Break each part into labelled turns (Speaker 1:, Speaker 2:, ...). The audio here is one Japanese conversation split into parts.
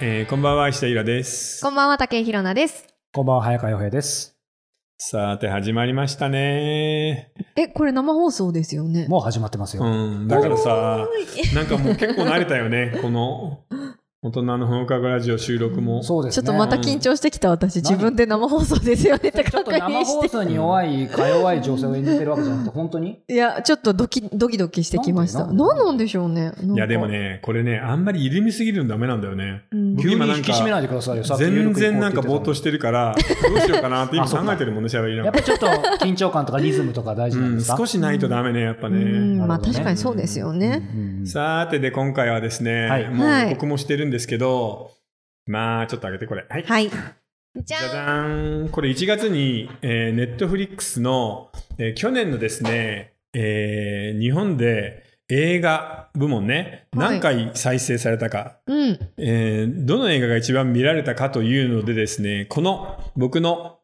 Speaker 1: えーこんばんは石田ゆらです
Speaker 2: こんばんは、竹井ひろなです。
Speaker 3: こんばんは、早川洋平です。
Speaker 1: さて始まりましたね
Speaker 2: え、これ生放送ですよね。
Speaker 3: もう始まってますよ。
Speaker 1: うんだからさなんかもう結構慣れたよ ねこの大人の放課後ラジオ収録も
Speaker 3: そうです
Speaker 2: ちょ
Speaker 3: ね。
Speaker 2: っとまた緊張してきた私、自分で生放送ですよねって
Speaker 3: ちょっ
Speaker 2: 確
Speaker 3: と生
Speaker 2: 認し
Speaker 3: 放
Speaker 2: て。
Speaker 3: 送に弱い、か弱い女性を演じてるわけじゃなくて、本 当に
Speaker 2: いや、ちょっとドキ、ドキドキしてきました。
Speaker 3: な
Speaker 2: なんん
Speaker 3: でなんで
Speaker 2: なんでしょうね。なんか
Speaker 1: いやでも。ねこれねあんまり緩みすぎるのダメなんだよね
Speaker 2: うん
Speaker 1: 僕
Speaker 3: 急に
Speaker 1: 今なん
Speaker 3: 引
Speaker 1: か
Speaker 3: き締めないでくださいよ。さっき有
Speaker 1: 全
Speaker 3: 力行こう
Speaker 1: 然な
Speaker 3: っ
Speaker 1: ん
Speaker 3: て
Speaker 1: か
Speaker 3: 言ってたの
Speaker 1: ぼー
Speaker 3: に
Speaker 1: っとしてるからどうしようかなって今
Speaker 3: あそう
Speaker 1: 考
Speaker 3: か
Speaker 1: えてるもんね喋りな
Speaker 3: や
Speaker 1: が
Speaker 3: っ
Speaker 1: ら
Speaker 3: ぱちょっと緊張感とかリズムとか大事
Speaker 1: う
Speaker 3: なんで
Speaker 1: ん
Speaker 3: すか
Speaker 1: 少しないとダメねやっぱ
Speaker 2: うん
Speaker 1: ね
Speaker 2: ま
Speaker 3: な
Speaker 2: あ
Speaker 3: るほどね
Speaker 2: 確かにそうですよね。
Speaker 3: うんうん
Speaker 1: さてで今回はですね、
Speaker 3: はい
Speaker 1: も
Speaker 2: は
Speaker 1: う
Speaker 2: い
Speaker 1: 僕もしてるんですけどまあちょっと上げてこれはい
Speaker 2: はい。じ
Speaker 1: じゃじ
Speaker 2: ゃ
Speaker 1: ゃーんこれ1月に、えー、ネットフリックスの、えー去年のですね、えー日本で映画部門ね、
Speaker 2: はい
Speaker 1: 何回再生されたか、
Speaker 2: ーん。うん。
Speaker 1: えーどの映画が一番見られたかというのでですね、この僕の、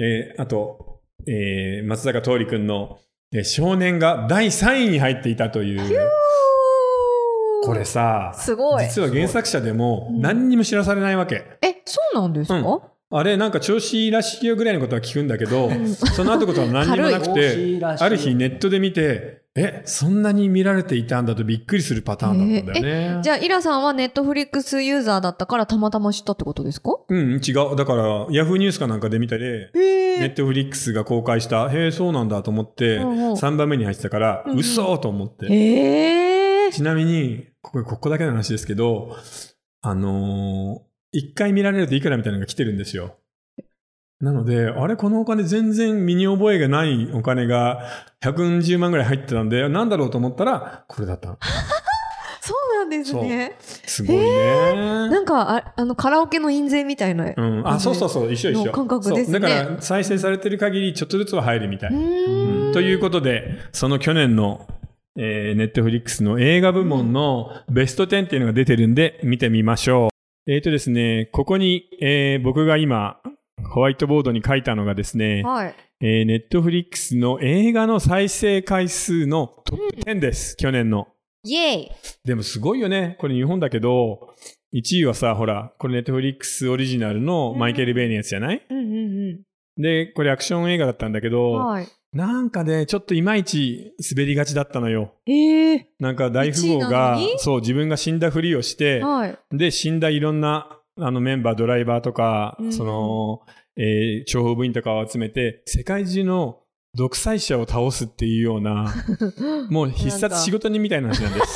Speaker 1: えーあと、えー松坂桃李君の、えー少年が第3位に入っていたという、これさ、
Speaker 2: すごい。
Speaker 1: 実は原作者でも
Speaker 2: うん
Speaker 1: 何にも知らされないわけ。
Speaker 2: え、そうなんですか、
Speaker 1: うんあれなんか調子いいらしいよぐらいのことは聞くんだけど
Speaker 2: ん
Speaker 1: その後ことは何にもなくて
Speaker 3: 軽い
Speaker 1: ある日ネットで見てえそんなに見られていたんだとびっくりするパターンだったんだよね、
Speaker 2: じゃあ、イラさんはネットフリックスユーザーだったからたまたま知ったってことですか
Speaker 1: うん違うだからヤフーニュースかなんかで見たり
Speaker 2: へ
Speaker 1: ネットフリックスが公開したへえそうなんだと思って
Speaker 2: うんうん
Speaker 1: 3番目に入ってたから
Speaker 2: うんうん
Speaker 1: 嘘と思って
Speaker 2: えー。
Speaker 1: ちなみにここここだけの話ですけどあの1回見られるといくらみたいなのが来てるんですよなので、あれ、このお金全然身に覚えがないお金が140万ぐらい入ってたんで、なんだろうと思ったら、これだった。
Speaker 2: そうなんですね。
Speaker 1: すごいね。
Speaker 2: なんかああのカラオケの印税みたいな。う
Speaker 1: うん、あ、そうそうそう、一緒一緒。
Speaker 2: の感覚です
Speaker 1: そ
Speaker 2: ね
Speaker 1: うだから、再生されてる限り、ちょっとずつは入るみたい。
Speaker 2: ーん。
Speaker 1: ということで、その去年の、えー、ネットフリックスの映画部門のベスト10っていうのが出てるんで、見てみましょう。えーとですね、ここに、えー僕が今、ホワイトボードに書いたのがですね、
Speaker 2: はい。
Speaker 1: えー、ネットフリックスの映画の再生回数のトップ10です、去年の。
Speaker 2: イエーイ。
Speaker 1: でもすごいよね。これ日本だけど、1位はさ、ほら、これネットフリックスオリジナルのマイケル・ベイのやつじゃない、
Speaker 2: うんうん
Speaker 1: で、これアクション映画だったんだけ
Speaker 2: うん。
Speaker 1: ど、
Speaker 2: はい。
Speaker 1: なんかね、ちょっといまいち滑りがちだったのよ。
Speaker 2: ええ
Speaker 1: なんか大富豪
Speaker 2: 1位な
Speaker 1: が
Speaker 2: のに、
Speaker 1: そう、自分が死んだふりをして、
Speaker 2: はい。
Speaker 1: で、死んだいろんな、あのメンバー、ドライバーとか、
Speaker 2: うん
Speaker 1: その、えー諜報部員とかを集めて、世界中の独裁者を倒すっていうよう な、もう必
Speaker 2: なんか
Speaker 1: 殺仕事人みたいな話なんです。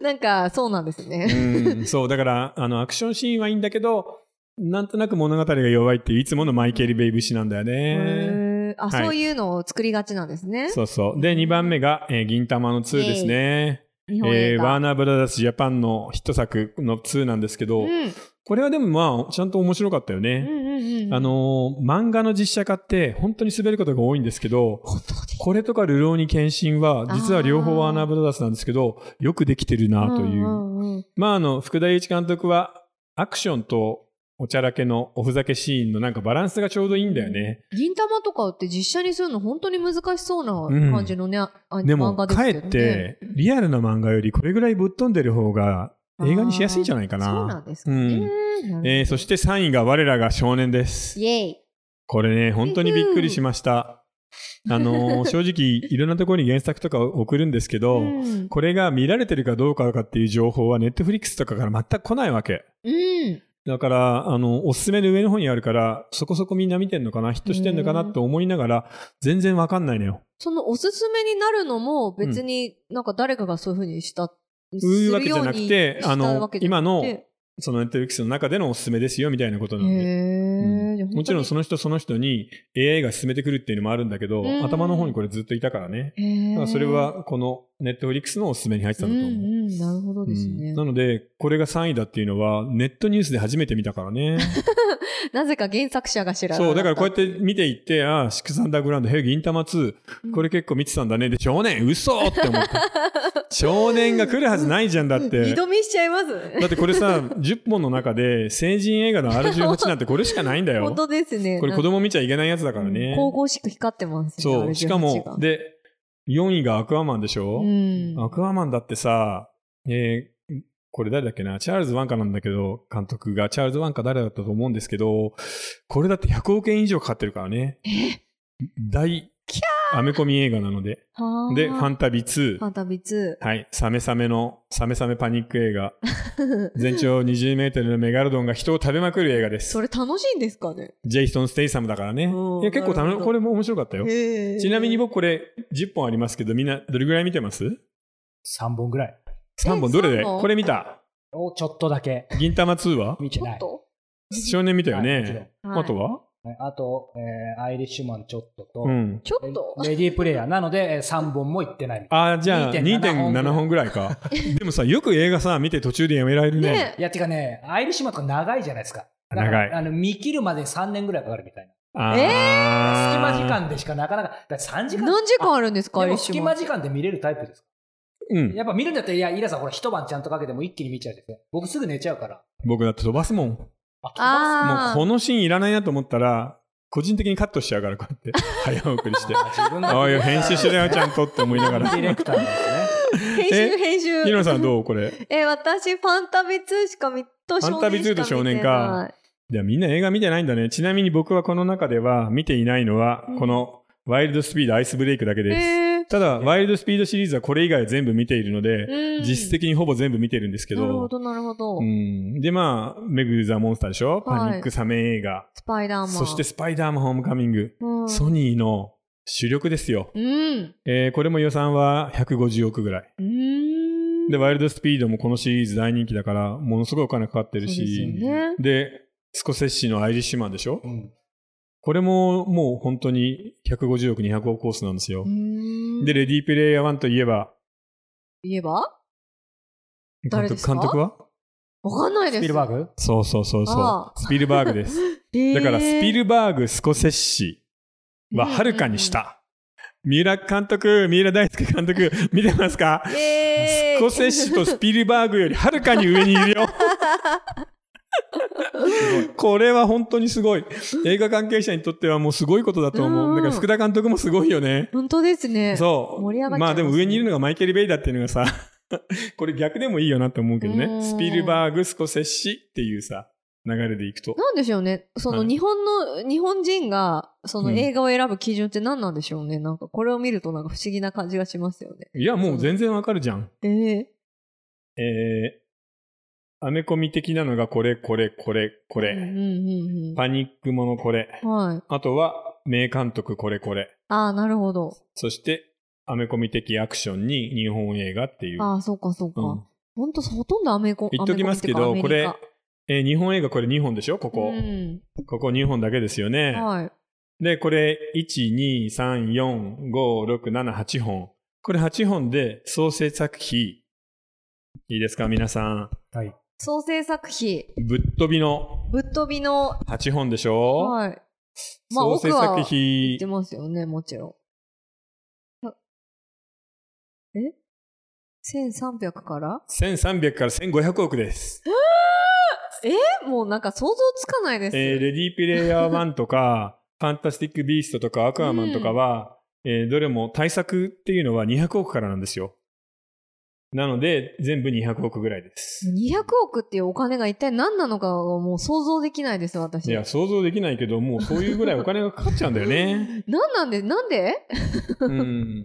Speaker 2: なんかそうなんですね。
Speaker 1: うん、そう、だから、あの、アクションシーンはいいんだけど、なんとなく物語が弱いっていう、いつものマイケル・ベイブ氏なんだよ
Speaker 2: へ
Speaker 1: ね。
Speaker 2: ーあ、
Speaker 1: はい
Speaker 2: そういうのを作りがちなんですね。
Speaker 1: そうそう。で、2番目が、えー銀玉の2ですね。
Speaker 2: 日本
Speaker 1: え
Speaker 2: 映
Speaker 1: ーワー
Speaker 2: 画。
Speaker 1: ナーブラザーズジャパンのヒット作の2なんですけど、
Speaker 2: うん
Speaker 1: これはでもまあ、ちゃんと面白かったよ
Speaker 2: うん
Speaker 1: ね。
Speaker 2: うんうん。
Speaker 1: あのー漫画の実写化って本当に滑ることが多いんですけど、
Speaker 2: 本当に
Speaker 1: これとかルローニケンシンは、実は両
Speaker 2: あー
Speaker 1: 方ワーナーブラザーズなんですけど、よくできてるなという。
Speaker 2: んうんうん
Speaker 1: まあ、あの、福田雄一監督は、アクションとおちゃらけのおふざけシーンのなんかバランスがちょうどいいんだよね。
Speaker 2: 銀玉とかって実写にするの本当に難しそう
Speaker 1: うん
Speaker 2: な感じのね、あ
Speaker 1: で
Speaker 2: 漫
Speaker 1: も、
Speaker 2: 画です
Speaker 1: かえ
Speaker 2: けどね。
Speaker 1: って、リアルな漫画よりこれぐらいぶっ飛んでる方が映画にしやすいんじゃないかな。
Speaker 2: そうなんですかね。
Speaker 1: うんえーそして3位が我らが少年です。
Speaker 2: イエーイ。
Speaker 1: これね、本当にびっくりしました。あのー正直、いろんなところに原作とかを送るんですけど、
Speaker 2: うん
Speaker 1: これが見られてるかどうかかっていう情報はネットフリックスとかから全く来ないわけ。
Speaker 2: うん。
Speaker 1: だから、あの、おすすめの上の方にあるから、そこそこみんな見てんのかな、ヒットしてんのかなって思いながら、全然わかんないのよ。
Speaker 2: そのおすすめになるのも別になんか誰かがそういうふうにした、す
Speaker 1: ういうわ
Speaker 2: る
Speaker 1: けじゃ
Speaker 2: よう
Speaker 1: な
Speaker 2: に
Speaker 1: く
Speaker 2: した
Speaker 1: て、あの
Speaker 2: わけ、じゃな
Speaker 1: 今の、
Speaker 2: くて
Speaker 1: そのネットフリックスの中でのおすすめですよ、みたいなこと
Speaker 2: へ
Speaker 1: なので。
Speaker 2: ーじゃあ本当に
Speaker 1: もちろんその人その人に AI が進めてくるっていうのもあるんだけど、
Speaker 2: うん
Speaker 1: 頭の方にこれずっといたからね。
Speaker 2: へー
Speaker 1: だからそれはこのネットフリックスのおすすめに入って
Speaker 2: う
Speaker 1: た
Speaker 2: ん
Speaker 1: んだと思う。
Speaker 2: うんなるほどですね、
Speaker 1: うん
Speaker 2: な
Speaker 1: なので、これが3位だっていうのは、ネットニュースで初めて見たからね。
Speaker 2: ぜか原作者が知らない
Speaker 1: そう、だからこうやって見ていって、ああ、シックスアンダーグラウンド、へえ、銀玉2、これ結構見てたんだね。で、少年、嘘って思った。少年が来るはずないじゃんだって
Speaker 2: 二。度見しちゃいます
Speaker 1: だってこれさ、10本の中で成人映画の R18 なんてこれしかないんだよ
Speaker 2: 本。当ですね
Speaker 1: これ子
Speaker 2: 供
Speaker 1: 供見ちゃいけないやつだからね。
Speaker 2: 神々しく光ってますね
Speaker 1: そう、
Speaker 2: R18
Speaker 1: しかも
Speaker 2: が、
Speaker 1: で、4位がアクアマンでしょ
Speaker 2: うん
Speaker 1: アクアマンだってさ、えーこれ誰だっけな、チャールズ・ワンカなんだけど、監督が、チャールズ・ワンカ誰だったと思うんですけど、これだって100億円以上かかってるからね。大、アメコミ映画なので。
Speaker 2: はあ
Speaker 1: で、ファンタビ
Speaker 2: ファ
Speaker 1: 2。
Speaker 2: ンタビー2。
Speaker 1: はい、サメサメの、サメサメパニック映画。全長20メートルのメガロドンが人を食べまくる映画です
Speaker 2: そ。れ楽しいんですかね
Speaker 1: ジェイソン・ステイサムだからね。
Speaker 2: うん
Speaker 1: いや、結構
Speaker 2: な
Speaker 1: 楽
Speaker 2: るほど
Speaker 1: これも面白かったよ。ち
Speaker 2: ち
Speaker 1: なみに僕これ10本ありますけど、みんなどれぐらい見てます
Speaker 3: 3本ぐらい。
Speaker 1: ?3 本どれで
Speaker 2: 三本
Speaker 1: これ見た。
Speaker 3: をちょっとだけ
Speaker 1: 銀玉2は
Speaker 3: 見て
Speaker 2: ちょ
Speaker 3: な
Speaker 2: っ
Speaker 3: い。
Speaker 2: と
Speaker 1: 少年見たよ
Speaker 3: はいもちろん
Speaker 1: ね。
Speaker 2: はい
Speaker 1: あとは、
Speaker 3: はいあと、えーアイリッシュマンちょっとと、
Speaker 1: うん。
Speaker 2: ちょっと
Speaker 3: レレディープレイヤーなので、えー3本も行ってないみたい
Speaker 1: ああ、じゃあ
Speaker 3: 2.7
Speaker 1: 2.7本ぐらいか。でもさ、よく映画さ、見て途中でやめられるね。
Speaker 2: ね
Speaker 3: いや、てかね、アイリッシュマンとか長いじゃないですか。
Speaker 1: 長い
Speaker 3: だからあの見切るまで3年ぐらいかかるみたいな。
Speaker 1: あー
Speaker 3: 隙間時間でしかなかなか、だって3時間。
Speaker 2: 何時間
Speaker 3: あ
Speaker 2: あるんですか
Speaker 3: で
Speaker 2: アイリ
Speaker 3: も
Speaker 2: ッシ
Speaker 3: 隙
Speaker 2: ュマ
Speaker 3: 間
Speaker 2: ン
Speaker 3: 時間で見れるタイプですか
Speaker 1: うん。
Speaker 3: やっぱ見るんだったら、いや、イラさん、ほら、一晩ちゃんとかけても一気に見ちゃうですね。僕すぐ寝ちゃうから。
Speaker 1: 僕だって飛ばすもん。もう
Speaker 3: あ
Speaker 2: あー
Speaker 1: このシーンいらないなと思ったら、個人的にカットしちゃうから、こうやって。早送りして。
Speaker 3: 飛ばす自分が
Speaker 1: ああいう編集しろよ、ちゃ
Speaker 3: ん。
Speaker 1: んとって思いながら。
Speaker 3: ディレ
Speaker 1: ヒ
Speaker 3: クターなんですね。
Speaker 2: 編集編集
Speaker 1: ロさんどうこれ。
Speaker 2: え私ファンタビー2しか見と
Speaker 1: ファンタビー2と少年
Speaker 2: しか見てない
Speaker 1: いや、みんな映画見てないんだね。ちなみに僕はこの中では見ていないのは
Speaker 2: うん、
Speaker 1: このワイルドスピードアイスブレイクだけです。
Speaker 2: へー
Speaker 1: ただ、ワイルドスピードシリーズはこれ以外は全部見ているので、
Speaker 2: うん
Speaker 1: 実質的にほぼ全部見てるんですけ
Speaker 2: なるほ
Speaker 1: ど。
Speaker 2: どなるほど
Speaker 1: うん、で、まあ、メグ・ザ・モンスターでしょパニック・サメ映画。
Speaker 2: スパイダーマン
Speaker 1: そして、スパイダーマン・ホームカミング。
Speaker 2: うん
Speaker 1: ソニーの主力ですよ。
Speaker 2: うん
Speaker 1: えーこれも予算は150億ぐらい。
Speaker 2: うーん
Speaker 1: で、ワイルドスピードもこのシリーズ大人気だから、ものすごいお金かかってる
Speaker 2: そうですよ
Speaker 1: し。
Speaker 2: ね
Speaker 1: で、スコセッシのアイリッシュマンでしょ
Speaker 3: うん。
Speaker 1: これももう本当に150億、200億コースなんですよ
Speaker 2: う。ーん
Speaker 1: で、レディープレイヤー1といえば、
Speaker 2: 言えば
Speaker 1: 監
Speaker 2: 誰です
Speaker 1: 督、
Speaker 2: か
Speaker 1: 監督は
Speaker 2: わかんないです
Speaker 3: スピルバーグ
Speaker 1: そうそうそうそ
Speaker 2: あ
Speaker 1: う。スピルバーグです。
Speaker 2: へー
Speaker 1: だから、スピルバーグ、スコセッシははるかに下。三浦監督、三浦大輔監督、 見てますか
Speaker 2: イエーイ
Speaker 1: スコセッシとスピルバーグよりはるかに上にいるよ。これは本当にすごい。映画関係者にとってはもうすごいことだと思
Speaker 2: う
Speaker 1: う。
Speaker 2: ん
Speaker 1: だから福田監督もすごいよね。
Speaker 2: 本当ですね
Speaker 1: そう。
Speaker 2: 盛り上がっちゃいますね
Speaker 1: まあでも上にいるのがマイケル・ベイダーっていうのがさ、 これ逆でもいいよなって思うけど
Speaker 2: う
Speaker 1: ね。
Speaker 2: ん
Speaker 1: スピルバーグ、スコセッシっていうさ、流れでいくと。
Speaker 2: なんでしょうね。そ
Speaker 1: は
Speaker 2: の
Speaker 1: い
Speaker 2: 日本の、日本人が、その
Speaker 1: うん
Speaker 2: 映画を選ぶ基準って何なんでしょうね。なんかこれを見るとなんか不思議な感じがしますよね。
Speaker 1: いや、もう全然わかるじゃん。
Speaker 2: ええ
Speaker 1: えー、アメコミ的なのがこれ、これ、これ、こ
Speaker 2: うんう
Speaker 1: れ。
Speaker 2: んうん
Speaker 1: パニックものこれ。
Speaker 2: うん。はい。
Speaker 1: あとは、名監督これ、これ。
Speaker 2: ああ、なるほど。
Speaker 1: そして、アメコミ的アクションに日本映画っていう。
Speaker 2: ああ、そうかそうか。
Speaker 1: うん
Speaker 2: ほんとほとんどアメコ
Speaker 1: 言っときますけど、これ、えー日本映画これ2本でしょここ、
Speaker 2: うん。
Speaker 1: ここ2本だけですよね。
Speaker 2: はい。
Speaker 1: で、これ、1、2、3、4、5、6、7、8本。これ8本で総制作費。いいですか皆さ
Speaker 3: はい。
Speaker 2: 創制作費、
Speaker 1: ん。ぶっ飛びの
Speaker 2: ぶっ飛びの、
Speaker 1: 8本でしょ、
Speaker 2: はい。まあ
Speaker 1: 総制作
Speaker 2: 言
Speaker 1: 費
Speaker 2: って。ますよね、もちろん。あえ ?1300 から
Speaker 1: 1300から1500億です。
Speaker 2: もうなんか想像つかないです。
Speaker 1: えーレディープレイヤー1と か、ファンタスティック・ビーストとか、アクアマンとかは、えーどれも対策っていうのは200億からなんですよ。なので、全部200億ぐらいです。
Speaker 2: 200億っていうお金が一体何なのかがもう想像できないです、私。
Speaker 1: いや、想像できないけど、もうそういうぐらいお金がかかっちゃうんだよね。
Speaker 2: 何なんで、なんで
Speaker 1: うん。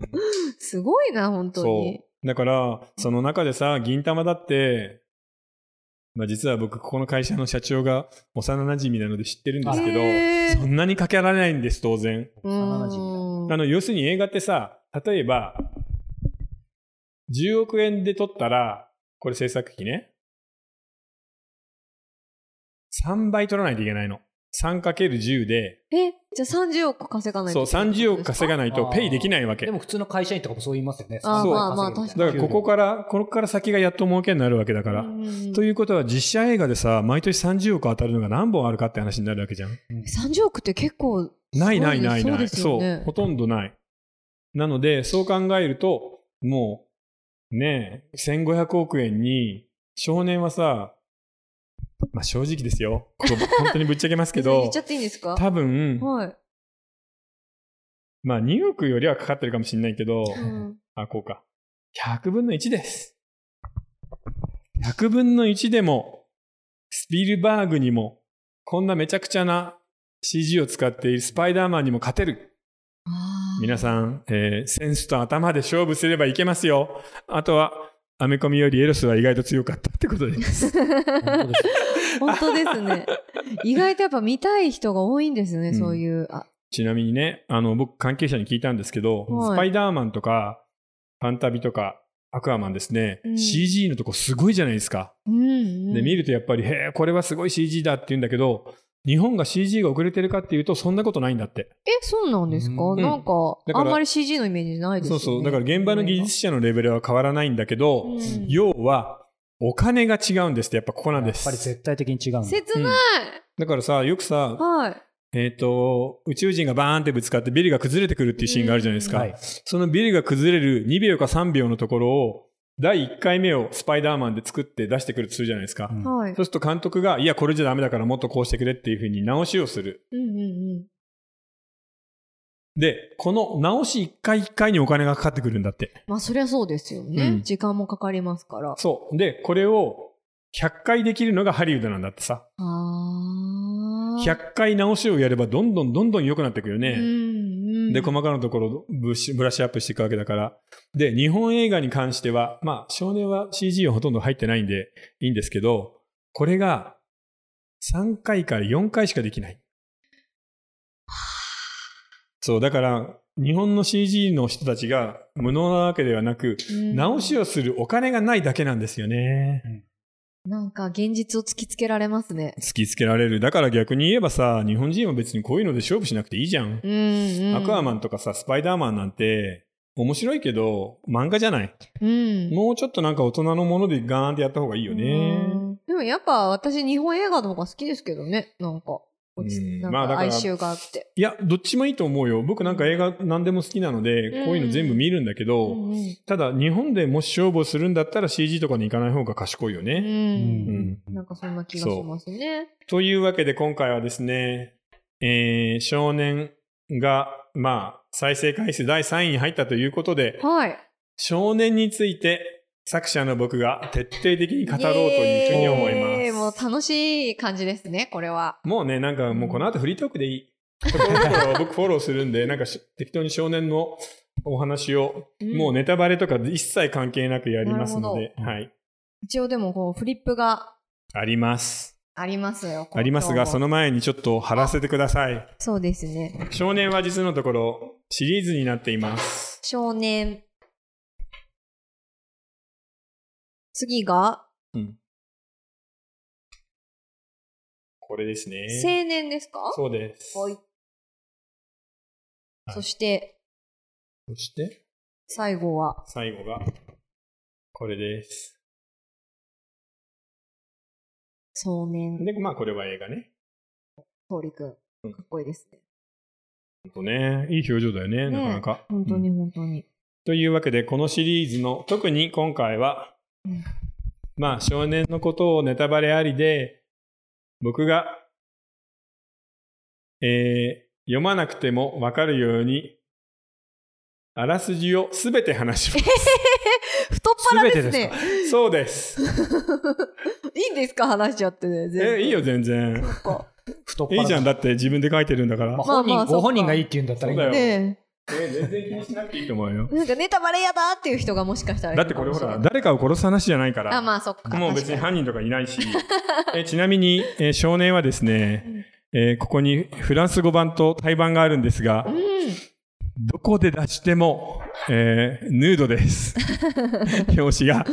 Speaker 2: すごいな、本当に。
Speaker 1: そう。だから、その中でさ、銀玉だって、まあ実は僕、ここの会社の社長が幼馴染なので知ってるんですけど、
Speaker 2: へー
Speaker 1: そんなにかけられないんです、当然。
Speaker 2: うーん。
Speaker 1: あの、要するに映画ってさ、例えば、10億円で撮ったら、これ制作費ね。3倍撮らないといけないの。3×10 で、
Speaker 2: え、じゃあ30億稼がない
Speaker 1: そう、30億稼が
Speaker 2: ない。
Speaker 1: ないとペイできないわけ。
Speaker 3: で
Speaker 1: だか
Speaker 3: も普通の会社員とかもそう言いますよね。
Speaker 2: あ
Speaker 1: ー
Speaker 2: まあまあ確かに
Speaker 1: ら、ここから、ここから先がやっと儲けになるわけだから。
Speaker 2: うんうん
Speaker 1: ということは、実写映画でさ、毎年30億当たるのが何本あるかって話になるわけじゃん。
Speaker 2: 30億って結構、
Speaker 1: ないないない
Speaker 2: そう
Speaker 1: な
Speaker 2: で
Speaker 1: い。
Speaker 2: すよね
Speaker 1: ほとんどない。なので、そう考えると、もう、ねえ、1500億円に、少年はさ、まあ正直ですよ。ここ本当にぶっちゃけます け
Speaker 2: 言
Speaker 1: ど
Speaker 2: っちゃ、っていいんですか
Speaker 1: 多分、
Speaker 2: はい。
Speaker 1: まあ2億よりはかかってるかもしれないけど、
Speaker 2: うん
Speaker 1: あ、こうか。100分の1です。 100分の1でも、スピルバーグにも、こんなめちゃくちゃな CG を使っているスパイダーマンにも勝てる。
Speaker 2: あー
Speaker 1: 皆さん、えーセンスと頭で勝負すればいけますよ。あとは、アメコミよりエロスは意外と強かったってこと です。
Speaker 3: 本当です
Speaker 2: 本当で すね。意外とやっぱ見たい人が多いんですね、
Speaker 1: うん
Speaker 2: そういう。あ
Speaker 1: ちなみにね、あの、僕関係者に聞いたんですけど、
Speaker 2: はい
Speaker 1: スパイダーマンとか、ファンタビとか、アクアマンですね、
Speaker 2: うん
Speaker 1: CG のとこすごいじゃないですか。
Speaker 2: うんうん、
Speaker 1: で、見るとやっぱり、へえ、これはすごい CG だって言うんだけど、日本が CG が遅れてるかっていうと、そんなことないんだって。
Speaker 2: え、そうなんですか、
Speaker 3: うん
Speaker 2: なんか
Speaker 1: だから
Speaker 2: あんまり CG のイメージないです
Speaker 1: そ
Speaker 2: よ
Speaker 1: う
Speaker 2: ね。
Speaker 1: そう。だから現場の技術者のレベルは変わらないんだけど、
Speaker 2: うん
Speaker 1: 要は、お金が違うんですって、やっぱここなん
Speaker 3: や
Speaker 1: で
Speaker 3: っ
Speaker 1: す。
Speaker 3: ぱり絶対的に違うんだ。
Speaker 2: 切ない、
Speaker 1: だからさ、よくさ、
Speaker 2: はい。
Speaker 1: えっ、と、宇宙人がバーンってぶつかってビルが崩れてくるっていうシーンがあるじゃないですか。
Speaker 3: はい。
Speaker 1: そのビルが崩れる2秒か3秒のところを、第1回目をスパイダーマンで作って出してくるとするじゃないですか。
Speaker 3: うん
Speaker 2: はい
Speaker 1: そ。うすると監督が、いや、これじゃダメだからもっとこうしてくれっていうふうに直しをする。
Speaker 2: うんうん
Speaker 1: で、この直し1回1回にお金がかかってくるんだって。
Speaker 2: まあそりゃそうですよね、
Speaker 1: うん
Speaker 2: 時間もかかりますから。あ
Speaker 1: そう。で、これを100回できるのがハリウッドなんだってさ。
Speaker 2: あー。
Speaker 1: 100回直しをやればどんどんどんどん良くなってくよね。
Speaker 2: うんうん、
Speaker 1: で、細かなところをブッシュブラッシュアップしていくわけだから。で、日本映画に関しては、まあ、少年は CG はほとんど入ってないんでいいんですけど、これが3回から4回しかできない。そう、だから、日本の CG の人たちが無能なわけではなく、
Speaker 2: うん
Speaker 1: 直しをするお金がないだけなんですよね。
Speaker 2: なんか現実を突きつけられますね。
Speaker 1: 突きつけられる。だから逆に言えばさ、日本人は別にこういうので勝負しなくていいじゃん
Speaker 2: う。ん、うん。
Speaker 1: アクアマンとかさ、スパイダーマンなんて、面白いけど、漫画じゃない。
Speaker 2: うん。
Speaker 1: もうちょっとなんか大人のものでガーンってやった方がいいよね。
Speaker 2: うんでもやっぱ私日本映画の方が好きですけどね、なんか。落ち
Speaker 1: うん
Speaker 2: なん
Speaker 1: まあだ
Speaker 2: か
Speaker 1: から
Speaker 2: 哀愁があって。
Speaker 1: いや、どっちもいいと思うよ。僕なんか映画何でも好きなので、
Speaker 2: うん
Speaker 1: こういうの全部見るんだけど、
Speaker 2: うんうん
Speaker 1: ただ日本でもし勝負をするんだったら CG とかに行かない方が賢いよ
Speaker 2: う
Speaker 1: ね。
Speaker 2: ん
Speaker 1: うん
Speaker 2: なんかそんな気がしますね。
Speaker 1: というわけで今回はですね、えー少年が、まあ、再生回数第3位に入ったということで、
Speaker 2: はい。
Speaker 1: 少年について作者の僕が徹底的に語ろうというふうに思
Speaker 2: イエー
Speaker 1: い
Speaker 2: イも
Speaker 1: ま
Speaker 2: う
Speaker 1: す。
Speaker 2: 楽しい感じですね、これは。
Speaker 1: もうね、なんかもうこの後フリートークでいい。ところどこ ろ僕フォローするんで、なんかし適当に少年のお話を、
Speaker 2: うん
Speaker 1: もうネタバレとか一切関係なくやりますので、
Speaker 3: なるほど
Speaker 1: はい。
Speaker 2: 一応でもこうフリップが
Speaker 1: あります。
Speaker 2: ありますよ。
Speaker 1: ありますが、その
Speaker 2: の。
Speaker 1: 前にちょっと貼らせてください。
Speaker 2: そうですね。
Speaker 1: 少年は実のところ、シリーズになっています。
Speaker 2: 少年。次が、
Speaker 1: これですね。
Speaker 2: 青年ですか
Speaker 1: そうです。
Speaker 2: はい。
Speaker 1: はい
Speaker 2: そして、
Speaker 1: そして、
Speaker 2: 最後は、
Speaker 1: 最後が、これです。
Speaker 2: 少年、
Speaker 1: で、まあ、これは映画ね。
Speaker 2: 通りくん。か
Speaker 1: うん
Speaker 2: っこいいですね。
Speaker 1: ほんとね、いい表情だよね、
Speaker 2: ね
Speaker 1: なかなか。
Speaker 2: 本当
Speaker 1: う
Speaker 2: に
Speaker 1: ん
Speaker 2: 本当に。
Speaker 1: というわけで、このシリーズの、特に今回は、
Speaker 2: うん
Speaker 1: まあ、少年のことをネタバレありで、僕が、えー読まなくてもわかるように、あらすじをすべて話します。
Speaker 2: 太っ腹です
Speaker 3: 全
Speaker 2: ね
Speaker 3: て。
Speaker 1: そうです。
Speaker 2: いいんですか話しちゃってね。全部
Speaker 1: え、いいよ、。全然。
Speaker 2: そっか
Speaker 3: 太っ 腹
Speaker 1: いいじゃん、だって自分で書いてるんだから
Speaker 3: まあ。
Speaker 2: まあ
Speaker 3: 本
Speaker 2: ま
Speaker 3: 人、
Speaker 2: あそっか
Speaker 3: ご本人がいいって言うんだったらいい
Speaker 1: そうだよ
Speaker 2: ね
Speaker 1: え全然気にしなくていいと思うよ
Speaker 2: え。。なんかネタバレやだっていう人がもしかしたらい
Speaker 1: だ
Speaker 2: る
Speaker 1: ってこれほ
Speaker 2: かもし
Speaker 1: ら、
Speaker 2: ない
Speaker 1: 誰かを殺す話じゃないから。
Speaker 2: あ、まあそっか。
Speaker 1: もう別に
Speaker 2: 確か
Speaker 1: 犯人とかい ないし。えちなみに、えー少年はですね、えーここにフランス語版とタイ版があるんですが、
Speaker 2: にうん。
Speaker 1: どこで出しても、えーヌードです。 表紙が。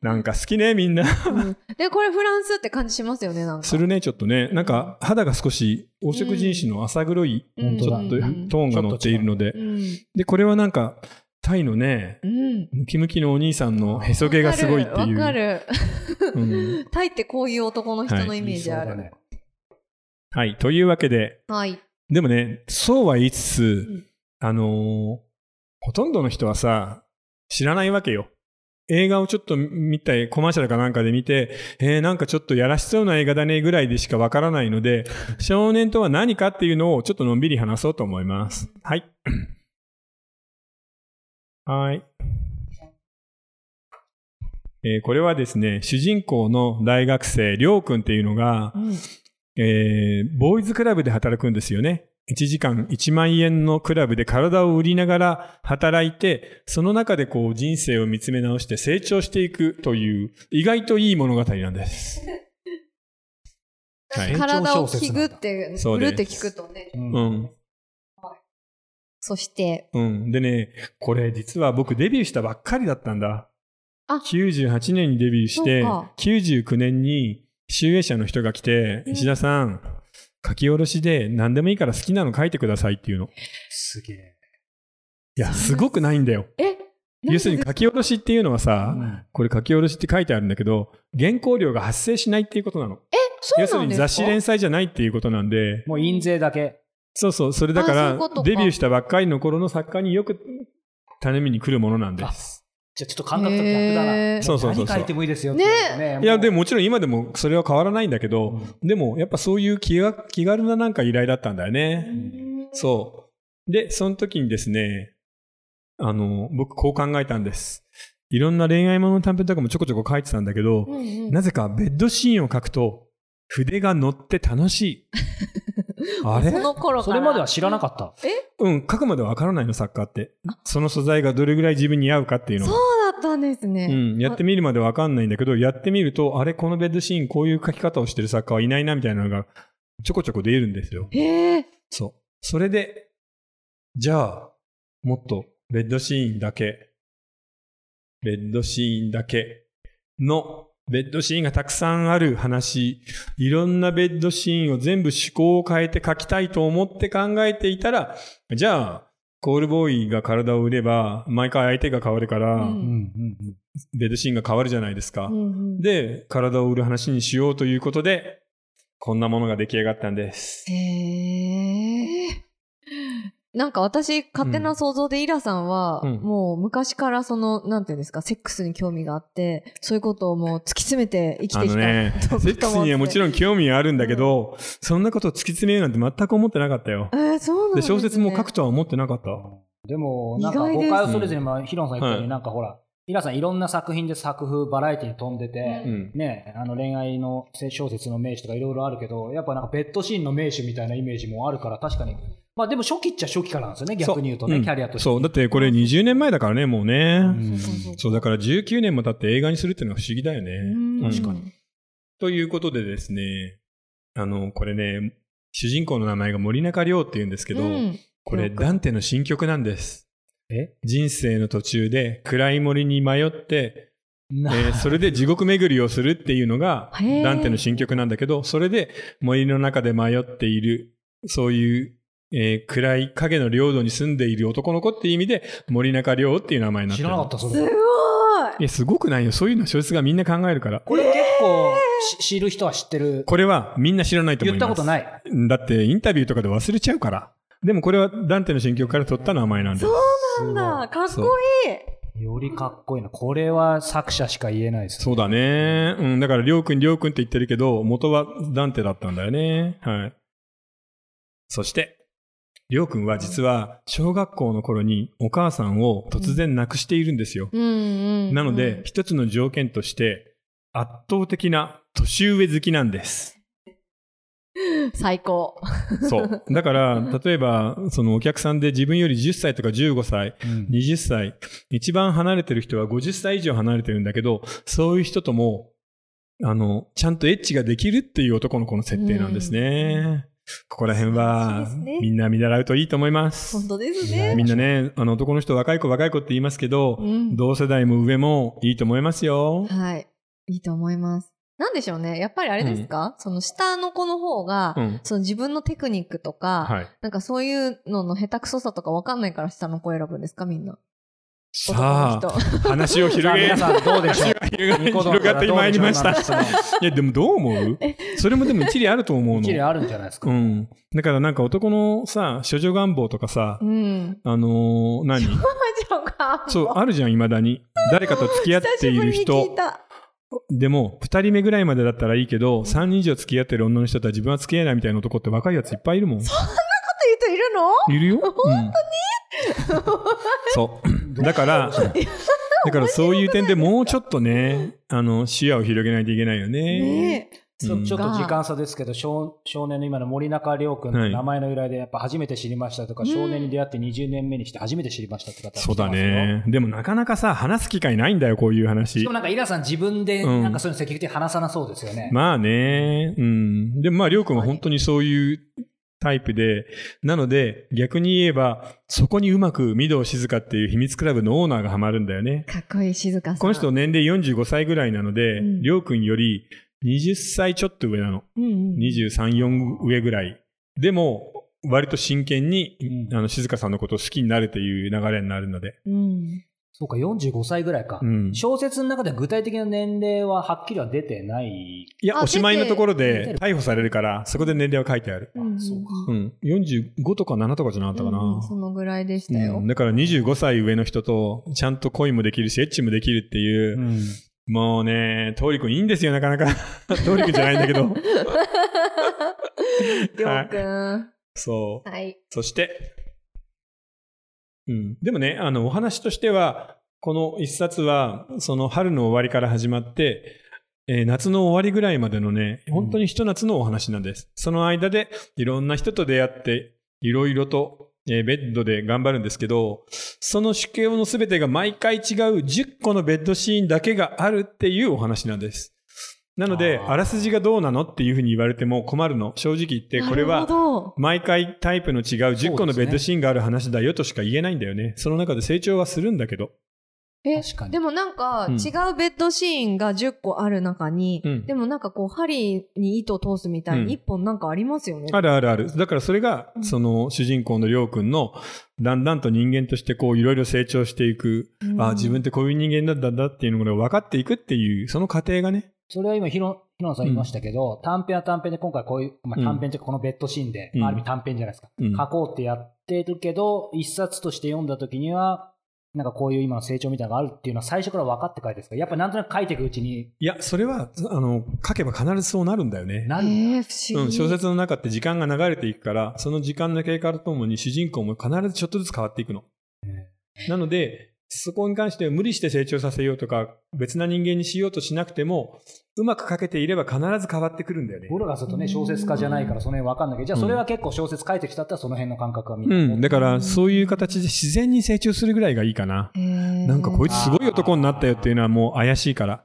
Speaker 1: なんか好きね、みんな。
Speaker 2: うんで、これフランスって感じしますよね、なんか。
Speaker 1: するね、ちょっとね。なんか肌が少し黄色人種の浅黒い、
Speaker 2: うん
Speaker 1: ちょっとト
Speaker 2: うん
Speaker 1: ーンが乗っているので
Speaker 2: う。ん。
Speaker 1: で、これはなんか、タイのね、
Speaker 2: うん。
Speaker 1: ムキムキのお兄さんのへそ毛がすごいっていう。
Speaker 2: わかる。
Speaker 1: うん
Speaker 2: タイってこういう男の人の
Speaker 1: はい
Speaker 2: イメージある。はい。
Speaker 3: ね。
Speaker 1: はい、というわけで、でもね、そうは言いつつ、
Speaker 2: うん
Speaker 1: あのーほとんどの人はさ、知らないわけよ。映画をちょっと見たい、コマーシャルかなんかで見て、えー、なんかちょっとやらしそうな映画だねぐらいでしかわからないので、少年とは何かっていうのをちょっとのんびり話そうと思います。はい。 はい。えーこれはですね、主人公の大学生、りょうくんっていうのが、
Speaker 2: うん。
Speaker 1: えーボーイズクラブで働くんですよね。1時間1万円のクラブで体を売りながら働いて、その中でこう人生を見つめ直して成長していくという、意外といい物語なんです。はい。
Speaker 2: 体を聞くって、
Speaker 1: そう
Speaker 2: ぐ
Speaker 1: で
Speaker 2: る
Speaker 1: す
Speaker 2: って聞くとね。
Speaker 3: うん
Speaker 1: うん。
Speaker 2: そして、
Speaker 1: うん。でね、これ実は僕デビューしたばっかりだったんだ。
Speaker 2: あ
Speaker 1: 98年にデビューして
Speaker 2: そうか、
Speaker 1: 99年に集英社の人が来て、
Speaker 2: うん
Speaker 1: 石田さん、書き下ろしで何でもいいから好きなの書いてくださいっていうの。
Speaker 3: すげえ。
Speaker 1: いや、すごくないんだよ。
Speaker 2: え
Speaker 1: 要するに書き下ろしっていうのはさ、
Speaker 3: うん
Speaker 1: これ書き下ろしって書いてあるんだけど、原稿料が発生しないっていうことなの。
Speaker 2: そう
Speaker 1: 要
Speaker 2: なんです
Speaker 1: す
Speaker 2: か
Speaker 1: るに雑誌連載じゃないっていうことなんで、
Speaker 3: もう印税だけ。
Speaker 1: そうそう、それだか
Speaker 2: あそういうこ
Speaker 1: ら
Speaker 2: とか
Speaker 1: デビューしたばっかりの頃の作家によく頼みに来るものなんです。
Speaker 3: じゃあちょっと感覚と逆だ
Speaker 2: へー
Speaker 3: な。
Speaker 1: そうそうそうそう
Speaker 3: 何書いてもいいですよ
Speaker 2: ね
Speaker 3: って
Speaker 1: いや、で
Speaker 3: も
Speaker 1: ももちろん今でもそれは変わらないんだけ
Speaker 3: う
Speaker 1: ど、
Speaker 3: ん
Speaker 1: でもやっぱそういう気が気軽ななんか依頼だったんだよね。そう。で、その時にですね、あの、僕こう考えたんです。いろんな恋愛ものの短編とかもちょこちょこ書いてたんだけど、
Speaker 2: うんうん
Speaker 1: なぜかベッドシーンを書くと、筆が乗って楽しい。あれ
Speaker 2: その頃
Speaker 3: そ
Speaker 2: から。
Speaker 3: れまでは知らなかった。
Speaker 1: うん、書くまでわからないの、作家って。その素材がどれぐらい自分に合うかっていうの
Speaker 2: そ
Speaker 1: が。
Speaker 2: うだったんです
Speaker 1: う
Speaker 2: ね。
Speaker 1: ん、やってみるまでわかんないんだけど、やってみると、あれ、このベッドシーン、こういう書き方をしてる作家はいないな、みたいなのが、ちょこちょこ出るんですよ。
Speaker 2: へえ。
Speaker 1: そう。それで、じゃあ、もっと、ベッドシーンだけ、ベッドシーンだけの、ベッドシーンがたくさんある話、いろんなベッドシーンを全部思考を変えて書きたいと思って考えていたら、じゃあ、コールボーイが体を売れば、毎回相手が変わるから、
Speaker 2: う
Speaker 3: う
Speaker 2: ん
Speaker 3: ん
Speaker 1: ベッドシーンが変わるじゃないですか。
Speaker 2: うんうん
Speaker 1: で、体を売る話にしようということで、こんなものが出来上がったんです。
Speaker 2: へえ。なんか私、勝手な想像でイラさんは、
Speaker 1: うん
Speaker 2: もう昔からその、なんていうんですか、セックスに興味があって、そういうことをもう突き詰めて生き
Speaker 1: あ
Speaker 2: て
Speaker 1: の
Speaker 2: きた。
Speaker 1: ね、セックスにはもち
Speaker 2: ろん。
Speaker 1: ろん興味があるんだけど、そんなことを突き詰めようなんて全く思ってなかったよ。
Speaker 2: えー、そうなん
Speaker 1: で、
Speaker 2: です、ね、
Speaker 1: 小説も書くとは思ってなかった。
Speaker 3: でも、なんか
Speaker 2: 意外で
Speaker 3: 誤
Speaker 2: す
Speaker 3: 解をそれぞれ、まあ、ヒロンさん言ったよう
Speaker 1: はい
Speaker 3: に、なんかほら、ヒラさんいろんな作品で作風、バラエティに飛んでて、
Speaker 1: うん。
Speaker 3: ね、あの恋愛の小説の名手とかいろいろあるけど、やっぱなんかベッドシーンの名手みたいなイメージもあるから、確かに。まあでも初期っちゃ初期からなんですよね、逆に言うとね、
Speaker 1: ん
Speaker 3: キャリアとして。
Speaker 1: そう、だってこれ20年前だからね、もうね。
Speaker 3: うん
Speaker 2: そうそう
Speaker 1: そう、だから19年も経って映画にするっていうのは不思議だよね。
Speaker 2: うん
Speaker 1: うん。ということでですね、あの、これね、主人公の名前が森中亮っていうんですけど、
Speaker 2: うん
Speaker 1: これ、
Speaker 2: 了解
Speaker 1: ダンテの新曲なんです。
Speaker 3: え
Speaker 1: 人生の途中で暗い森に迷って、
Speaker 3: な
Speaker 1: えーそれで地獄巡りをするっていうのが
Speaker 2: へー
Speaker 1: ダンテの新曲なんだけどそれで森の中で迷っているそういう、えー暗い影の領土に住んでいる男の子っていう意味で森中亮っていう名前になって
Speaker 3: 知
Speaker 1: る
Speaker 3: らなかった、そ
Speaker 2: すご
Speaker 3: れ
Speaker 2: い。
Speaker 1: いやすごくないよそういうのは小説がみんな考えるから
Speaker 3: これ結構し、知る人は知ってる。
Speaker 1: これはみんな知らないと思
Speaker 3: 言
Speaker 1: い
Speaker 3: った
Speaker 1: ま
Speaker 3: こと
Speaker 1: す
Speaker 3: ない。
Speaker 1: だってインタビューとかで忘れちゃうからでもこれはダンテの新曲から取った名前なんです
Speaker 2: そうなんだ。かっこいい。
Speaker 3: よりかっこいいな。これは作者しか言えないです。
Speaker 1: そうだね。うん。だから、りょうくん、りょうくんって言ってるけど、元はダンテだったんだよね。はい。そして、りょうくんは実は、小学校の頃にお母さんを突然亡くしているんですよ。
Speaker 2: うんうん。
Speaker 1: なので、、一つの条件として、圧倒的な年上好きなんです。
Speaker 2: 最高。
Speaker 1: そう。だから、例えば、そのお客さんで自分より10歳とか15歳、
Speaker 3: うん
Speaker 1: 20歳、一番離れてる人は50歳以上離れてるんだけど、そういう人とも、あの、ちゃんとエッチができるっていう男の子の設定なんですね。ここら辺は
Speaker 2: そうです、ね
Speaker 1: みんな見習うといいと思います。
Speaker 2: 本当ですね。
Speaker 1: みんなね、あの男の人若い子若い子って言いますけど、
Speaker 2: うん
Speaker 1: 同世代も上もいいと思いますよ。
Speaker 2: はい。いいと思います。なんでしょうね。やっぱりあれですか、その下の子の方が、
Speaker 1: うん。
Speaker 2: その自分のテクニックとか、
Speaker 1: はい。
Speaker 2: なんかそういうのの下手くそさとかわかんないから下の子選ぶんですかみんな。
Speaker 1: さあ、 話を
Speaker 3: さあ
Speaker 1: 広げ、
Speaker 3: 皆さんどう でしょ
Speaker 1: 話
Speaker 3: う
Speaker 1: が広が広がってまいりました。いや、でもどう思うそれもでも一理あると思うの。
Speaker 3: 一理あるんじゃないですか。
Speaker 1: うん。だからなんか男のさ、処女願望とかさ、
Speaker 2: うん。
Speaker 1: あのー何そう、あるじゃん、未だに。誰かと付き合っている
Speaker 2: 久しぶりに聞
Speaker 1: 人
Speaker 2: い。た。
Speaker 1: でも、二人目ぐらいまでだったらいいけど、三人以上付き合ってる女の人とは自分は付き合えないみたいな男って若いやついっぱいいるもん。
Speaker 2: って人いる の
Speaker 1: いるよ。本当に、そう。だから、だからそういう点でもうちょっとね、あの、視野を広げないといけないよね。
Speaker 2: ねえ。
Speaker 3: ちょ
Speaker 1: うん
Speaker 3: ちょっと時間差ですけど、少少年の今の森中亮君
Speaker 1: は
Speaker 3: の
Speaker 1: い
Speaker 3: 名前の由来で、やっぱ初めて知りましたとか、
Speaker 2: うん
Speaker 3: 少年に出会って20年目にして初めて知りましたって方
Speaker 1: そうだ。ね。でもなかなかさ、話す機会ないんだよ、こういう
Speaker 3: し
Speaker 1: 話
Speaker 3: かも。なんか、イラさん自分で、
Speaker 1: うん
Speaker 3: なんかそういうの積極的に話さなそうですよね。
Speaker 1: まあね、うん。でもまあ、りょうくんは本当にそういうタイプで、なので、逆に言えば、そこにうまく、御堂静香っていう秘密クラブのオーナーがハマるんだよね。
Speaker 2: かっこいい、静香さん。
Speaker 1: この人、年齢45歳ぐらいなので、
Speaker 2: うん
Speaker 1: りょうくんより20歳ちょっと上なの。
Speaker 2: うんうん、
Speaker 1: 23、4上ぐらい。でも、割と真剣に、
Speaker 3: うん
Speaker 1: あの、静香さんのことを好きになるという流れになるので。
Speaker 2: うん。
Speaker 3: そうか、45歳ぐらいか。
Speaker 1: うん。
Speaker 3: 小説の中では具体的な年齢ははっきりは出てない。
Speaker 1: いや、
Speaker 2: あ
Speaker 1: おしまいのところ
Speaker 3: 出て
Speaker 1: で
Speaker 3: る
Speaker 1: 逮捕されるから、そこで年齢は書いてある。
Speaker 2: うん
Speaker 3: そうか
Speaker 1: うん。45とか7とかじゃなかったかな。
Speaker 2: うんうんそのぐらいでしたよ。
Speaker 1: うんだから25歳上の人と、ちゃんと恋もできるし、エッチもできるっていう、もうね、通りくんいいんですよ、なかな か。通りくんじゃないんだけ ど。
Speaker 2: りょうくん。
Speaker 1: そう。
Speaker 2: はい。
Speaker 1: そして、うん。でもね、あの、お話としては、この一冊は、その春の終わりから始まって、えー夏の終わりぐらいまでのね、本当にひと夏のお話なんです。その間で、いろんな人と出会って、いろいろと、えーベッドで頑張るんですけど、その主教のすべてが毎回違う10個のベッドシーンだけがあるっていうお話なんです。なので、
Speaker 3: あー
Speaker 1: あらすじがどうなのっていうふうに言われても困るの。正直言って、これは
Speaker 2: なるほど。
Speaker 1: 毎回タイプの違う10個のベッドシーンがある話だよとしか言えないんだよね。その中で成長はするんだけど。
Speaker 2: え
Speaker 3: 確かに
Speaker 2: でもなんか、
Speaker 1: うん
Speaker 2: 違うベッドシーンが10個ある中に、
Speaker 1: うん
Speaker 2: でもなんかこう、針に糸を通すみたい
Speaker 1: うん
Speaker 2: に1本なんかありますよね。
Speaker 1: あるあるある。だからそれが
Speaker 2: う、ん
Speaker 1: その主人公のりょうくんの、だんだんと人間としてこういろいろ成長していく。
Speaker 2: うん
Speaker 1: あ自分ってこういう人間なんだんだっていうのが分かっていくっていう、その過程がね。
Speaker 3: それは今ひろ、ひろのさん言いましたけど、短編は短編で今回こういう、まあ、
Speaker 1: うん
Speaker 3: 短編というかこのベッドシーンで、
Speaker 1: うん
Speaker 3: まあある意味短編じゃないですか。
Speaker 1: うん
Speaker 3: 書こうってやってるけど、一冊として読んだ時には、なんかこういう今の成長みたいなのがあるっていうのは最初から分かって書いてるんですかやっぱなんとなく書いていくうちに
Speaker 1: いや、それは、あの、書けば必ずそうなるんだよね。
Speaker 3: なるんだ。
Speaker 2: えー、不
Speaker 1: う
Speaker 2: 思
Speaker 1: ん、
Speaker 2: 議。
Speaker 1: 小説の中って時間が流れていくから、その時間の経過とともに主人公も必ずちょっとずつ変わっていくの。なので、そこに関しては無理して成長させようとか、別な人間にしようとしなくても、うまく書けていれば必ず変わってくるんだよね。
Speaker 3: 僕らがするとね、小説家じゃないからその辺分かんないけど、じゃあそれは結構小説書いてきたったらその辺の感覚はみん
Speaker 1: う
Speaker 3: な。
Speaker 1: ん、だからそういう形で自然に成長するぐらいがいいかな。
Speaker 2: えー
Speaker 1: なんかこいつすごい男になったよっていうのはもう怪しいから。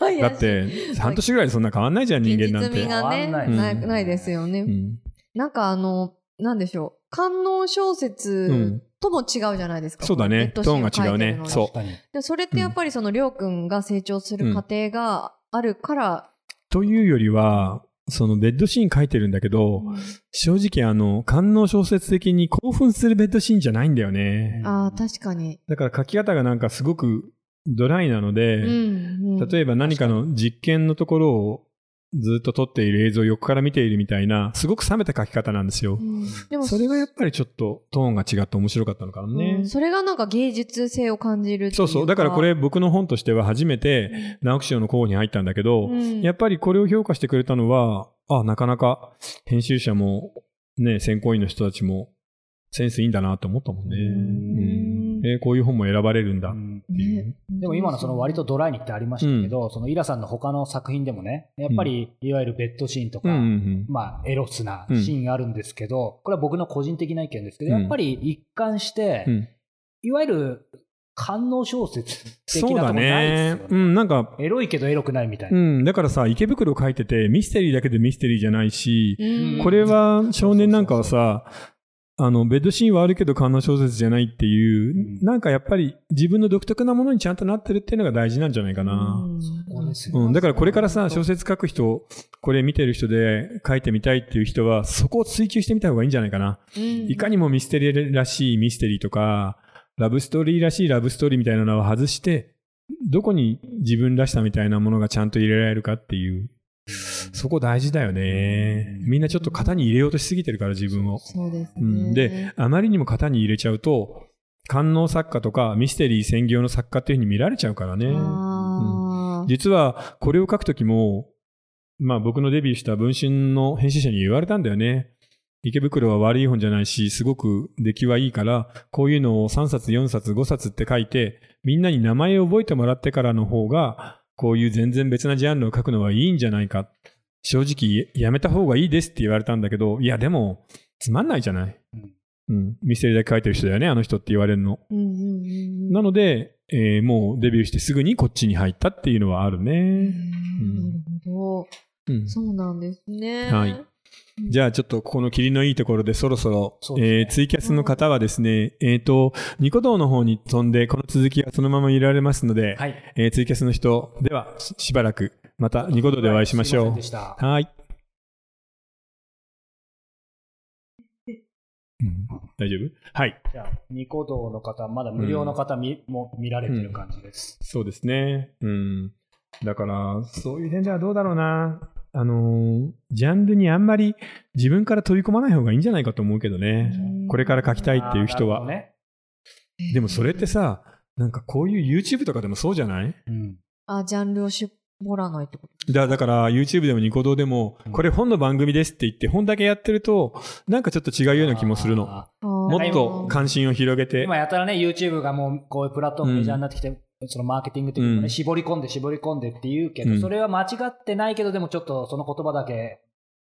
Speaker 2: 怪しい
Speaker 1: だって、半年ぐらいでそんな変わんないじゃん、人間なん
Speaker 2: 現実味
Speaker 1: て。
Speaker 2: がね
Speaker 3: 変わ
Speaker 2: なん
Speaker 1: ない
Speaker 2: いないですよね、
Speaker 1: うん。
Speaker 2: なんかあのなんでしょう観音小
Speaker 1: うん
Speaker 2: 説とも違うじゃないですか、
Speaker 1: そうだね
Speaker 2: このネットシーンを書いてるの
Speaker 1: トーンが違うね
Speaker 2: に
Speaker 1: そう
Speaker 3: 確かに。
Speaker 2: でそれってやっぱりそのりょうくんが成長する過程があるから、
Speaker 1: というよりは、そのベッドシーン書いてるんだけど、正直あの、官能小説的に興奮するベッドシーンじゃないんだよね。
Speaker 2: ああ確かに、
Speaker 1: だから書き方がなんかすごくドライなので、
Speaker 2: うんうん、
Speaker 1: 例えば何かの実験のところをずっと撮っている映像を横から見ているみたいな、すごく冷めた書き方なんですよ
Speaker 2: う。んでも
Speaker 1: それがやっぱりちょっとトーンが違って面白かったのかなね。
Speaker 2: うんそれがなんか芸術性を感じるってい
Speaker 1: そうそう。だからこれ僕の本としては初め
Speaker 2: う
Speaker 1: て
Speaker 2: ん
Speaker 1: 直木賞の候補に入ったんだけど、
Speaker 2: うん
Speaker 1: やっぱりこれを評価してくれたのは、あ、なかなか編集者も、ね、選考委員の人たちもセンスいいんだなと思ったもんね。
Speaker 2: うん
Speaker 1: うんえーこういう本も選ばれるんだ
Speaker 3: う
Speaker 1: っ
Speaker 3: ん
Speaker 1: ていう。
Speaker 3: でも今のその割とドライにってありましたけど、そのイラさんの他の作品でもね、やっぱりいわゆるベッドシーンと
Speaker 1: う
Speaker 3: か、
Speaker 1: んうんうん。
Speaker 3: まあエロスなシーンがあるんですけど、これは僕の個人的な意見ですけど、
Speaker 1: うん
Speaker 3: やっぱり一貫して、
Speaker 1: うん
Speaker 3: いわゆる官能小説的
Speaker 1: そう
Speaker 3: なと
Speaker 1: だ
Speaker 3: こないですよ
Speaker 1: ね
Speaker 3: ね。。
Speaker 1: うん、なんか、
Speaker 3: エロいけどエロくないみたいうな。
Speaker 1: ん、だからさ、池袋書いてて、ミステリーだけでミステリーじゃないし、
Speaker 2: うん
Speaker 1: これは少年なんかはさ、あの、ベッドシーンはあるけど、観音小説じゃないっていう、
Speaker 3: うん
Speaker 1: なんかやっぱり自分の独特なものにちゃんとなってるっていうのが大事なんじゃないかな。
Speaker 3: ここですよ
Speaker 1: うん、だからこれからさ、
Speaker 3: そ
Speaker 1: 小
Speaker 3: う
Speaker 1: 説書く人、これ見てる人で書いてみたいっていう人は、そこを追求してみた方がいいんじゃないかな。
Speaker 2: うん
Speaker 1: いかにもミステリーらしいミステリーとか、ラブストーリーらしいラブストーリーみたいなのを外して、どこに自分らしさみたいなものがちゃんと入れられるかっていう、そこ大事だよね。みんなちょっと型に入れようとしすぎてるから、自分を。
Speaker 2: そうです
Speaker 1: う
Speaker 2: ね、
Speaker 1: ん、で、あまりにも型に入れちゃうと、官能作家とかミステリー専業の作家っていうふうに見られちゃうからね。
Speaker 2: あー
Speaker 1: 実はこれを書くときも、まあ僕のデビューした文春の編集者に言われたんだよね。池袋は悪い本じゃないし、すごく出来はいいから、こういうのを3冊、4冊、5冊って書いて、みんなに名前を覚えてもらってからの方が、こういう全然別なジャンルを書くのはいいんじゃないか。正直、やめた方がいいですって言われたんだけど、いや、でも、つまんないじゃない。うん。ミステリーだけ書いてる人だよね、あの人って言われるの。
Speaker 2: うんうんうん
Speaker 1: なので、えーもうデビューしてすぐにこっちに入ったっていうのはある
Speaker 2: うん。
Speaker 1: ね。
Speaker 2: なるほど。
Speaker 1: うん
Speaker 2: そうなんですね。
Speaker 1: はい。じゃあちょっとここの霧のいいところでそろそろ、
Speaker 3: そうですね
Speaker 1: えーツイキャスの方はですね、えっ、と、ニコ動の方に飛んで、この続きがそのまま見られますので、
Speaker 3: はい。
Speaker 1: えーツイキャスの人ではししばらく、またニコ動でお会いしまし
Speaker 3: すい
Speaker 1: ょ
Speaker 3: ません
Speaker 1: う
Speaker 3: で。した。
Speaker 1: はい。うん大丈夫はい。
Speaker 3: じゃあ、ニコ動の方、まだ無料の方み、も見られてる感じです。
Speaker 1: そうですね。うん。だから、そういう点ではどうだろうな。あのージャンルにあんまり自分から飛び込まない方がいいんじゃないかと思うけどね。これから書きたいっていう人
Speaker 3: あー
Speaker 1: は。
Speaker 3: なる
Speaker 1: でもそれってさ、なんかこういう YouTube とかでもそうじゃない
Speaker 3: ほどね。
Speaker 2: あ、ジャンルを絞らないってこと
Speaker 1: だだから YouTube でもニコ動でも
Speaker 3: う、ん
Speaker 1: これ本の番組ですって言って本だけやってると、なんかちょっと違
Speaker 3: うん。
Speaker 1: うような気もするの。
Speaker 3: あ
Speaker 2: あー
Speaker 1: もっと関心を広げ
Speaker 3: ー。
Speaker 1: て
Speaker 3: 今。やたらね、YouTube がもうこういうプラットフォームメジャーになってきて、そのマーケティングというかね、
Speaker 1: うん
Speaker 3: 絞り込んで絞り込んでって言うけ
Speaker 1: う
Speaker 3: ど、
Speaker 1: ん
Speaker 3: それは間違ってないけど、でもちょっとその言葉だけ、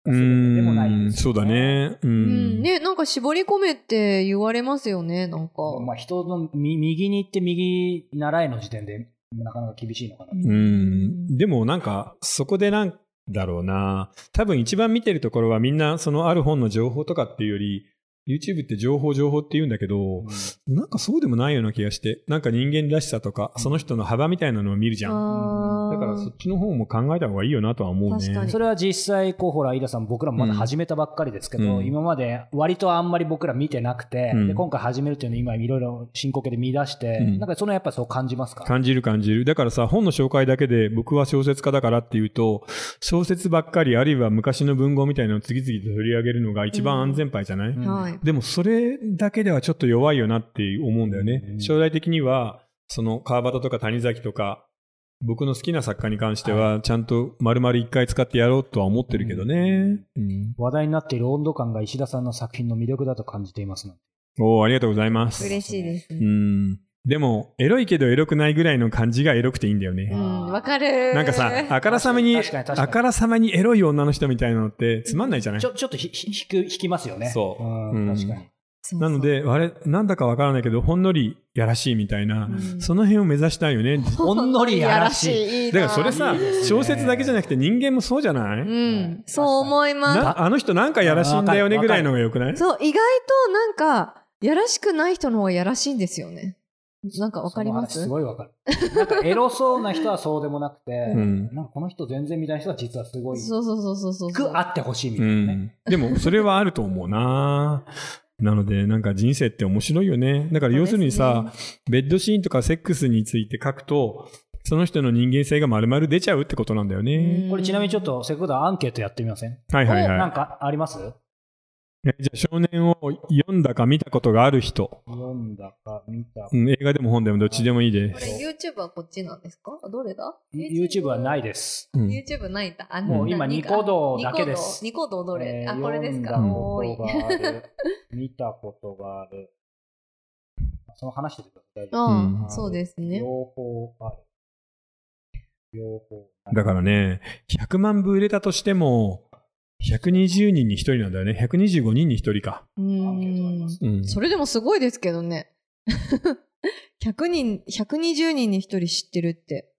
Speaker 1: う
Speaker 3: 全てでもない
Speaker 1: ん、
Speaker 3: です
Speaker 1: そ
Speaker 3: よ
Speaker 1: うだ。ね。う
Speaker 2: うんん。。ね、なんか絞り込めって言われますよね、なんか。
Speaker 3: まあ人のみ右に行って右習いの時点で、なかなか厳しいのかな。
Speaker 1: う
Speaker 2: うん
Speaker 1: ん。でもなんか、そこでなんだろうな。多分一番見てるところはみんなそのある本の情報とかっていうより、YouTube って情報情報って言うんだけど、なんかそうでもないような気がして、なんか人間らしさとか、その人の幅みたいなのを見るじゃん。
Speaker 2: あー
Speaker 1: だからそっちの方も考えた方がいいよなとは思うね。
Speaker 2: 確かに
Speaker 3: それは実際、こうほら、飯田さん、僕らもまだ始めたばっかりですけど、
Speaker 1: うん
Speaker 3: 今まで割とあんまり僕ら見てなくて、
Speaker 1: うん
Speaker 3: で今回始めるっていうのを今、いろいろ進行形で見出して、
Speaker 1: うん
Speaker 3: なんかそのやっぱそう感じますか、
Speaker 1: 感じる感じる。だからさ、本の紹介だけで僕は小説家だからっていうと、小説ばっかりあるいは昔の文豪みたいなのを次々と取り上げるのが一番安全牌じゃない、
Speaker 3: うん
Speaker 2: はい。
Speaker 1: でもそれだけではちょっと弱いよなって思うんだよね。
Speaker 3: うん
Speaker 1: 将来的には、その川端とか谷崎とか、僕の好きな作家に関しては、ちゃんと丸々一回使ってやろうとは思ってるけどね。うん
Speaker 3: 話題になっている温度感が石田さんの作品の魅力だと感じていますので
Speaker 1: おーありがとうございます。
Speaker 2: 嬉しいです
Speaker 1: う。ん。でも、エロいけどエロくないぐらいの感じがエロくていいんだよね。
Speaker 2: うん、わかる。
Speaker 1: なんかさ、あからさまに、
Speaker 3: 確かに確か
Speaker 1: あ
Speaker 3: に
Speaker 1: からさまにエロい女の人みたいなのってつまんないじゃない
Speaker 3: ちょちょっとひひ引く引きますよね。
Speaker 1: そう
Speaker 3: うん
Speaker 1: うん
Speaker 3: 確かに。
Speaker 2: そうそう
Speaker 1: なの、で、あれ、なんだかわからないけど、ほんのりやらしいみたいな
Speaker 2: う、ん
Speaker 1: その辺を目指したいよね。
Speaker 3: ほんのりやらしい。
Speaker 2: いいな
Speaker 1: だからそれさ
Speaker 3: いいです、ね
Speaker 1: 小説だけじゃなくて人間もそうじゃな
Speaker 2: う
Speaker 1: い
Speaker 2: ん、そう思います。
Speaker 1: なあの人なんかやらしいんだよね
Speaker 3: わか
Speaker 1: ぐ
Speaker 3: る
Speaker 1: らいのがよく ない
Speaker 2: そう、意外となんか、やらしくない人の方がやらしいんですよね。なんかわかります
Speaker 3: その話すごいわかる。なんかエロそうな人はそうでもなくて、
Speaker 1: うん
Speaker 3: なんかこの人全然みたいな人は実はすごい、
Speaker 2: そうそうそうそうそう。
Speaker 3: くあってほしいみた
Speaker 1: う
Speaker 3: いなね。
Speaker 1: ん。でも、それはあると思うななので、なんか人生って面白いよね。だから要するに
Speaker 2: そう
Speaker 1: さ、
Speaker 2: で
Speaker 1: ベッドシーンとかセックスについて書くと、その人の人間性が丸々出ちゃうってことなんだよね。
Speaker 3: これちなみにちょっ
Speaker 2: と、
Speaker 3: とせっかくだからアンケートやってみません、
Speaker 1: はいはい
Speaker 3: な
Speaker 1: は
Speaker 3: んかあります
Speaker 1: い。えじゃあ少年を読んだか見たことがある人。
Speaker 3: 読んだか見た
Speaker 1: うん映画でも本でもどっちでもいいで
Speaker 2: こ
Speaker 1: す。
Speaker 2: れ YouTube はこっちなんですかどれだ
Speaker 3: YouTube はないです。
Speaker 1: うん
Speaker 2: YouTube ないんだ。あ
Speaker 3: もう今
Speaker 2: 何か
Speaker 3: ニコ動だけです
Speaker 2: ニコ動ニコ動どれ、
Speaker 3: えー
Speaker 2: あ、これですか
Speaker 3: 読んだ
Speaker 2: 多い
Speaker 3: こと。がある。 見たことがある。その話しててください。大丈
Speaker 2: あ
Speaker 1: う
Speaker 2: あ、
Speaker 3: ん
Speaker 2: そうです
Speaker 3: 夫
Speaker 2: ね。
Speaker 3: 両方ある。両方ある。
Speaker 1: だからね、100万部売れたとしても、120人に1人なんだよね。125人に1人か。
Speaker 2: う
Speaker 3: アンケートがあり
Speaker 2: ん
Speaker 3: ま。す
Speaker 1: うん。
Speaker 2: それでもすごいですけどね。100人、120人に1人知ってるって。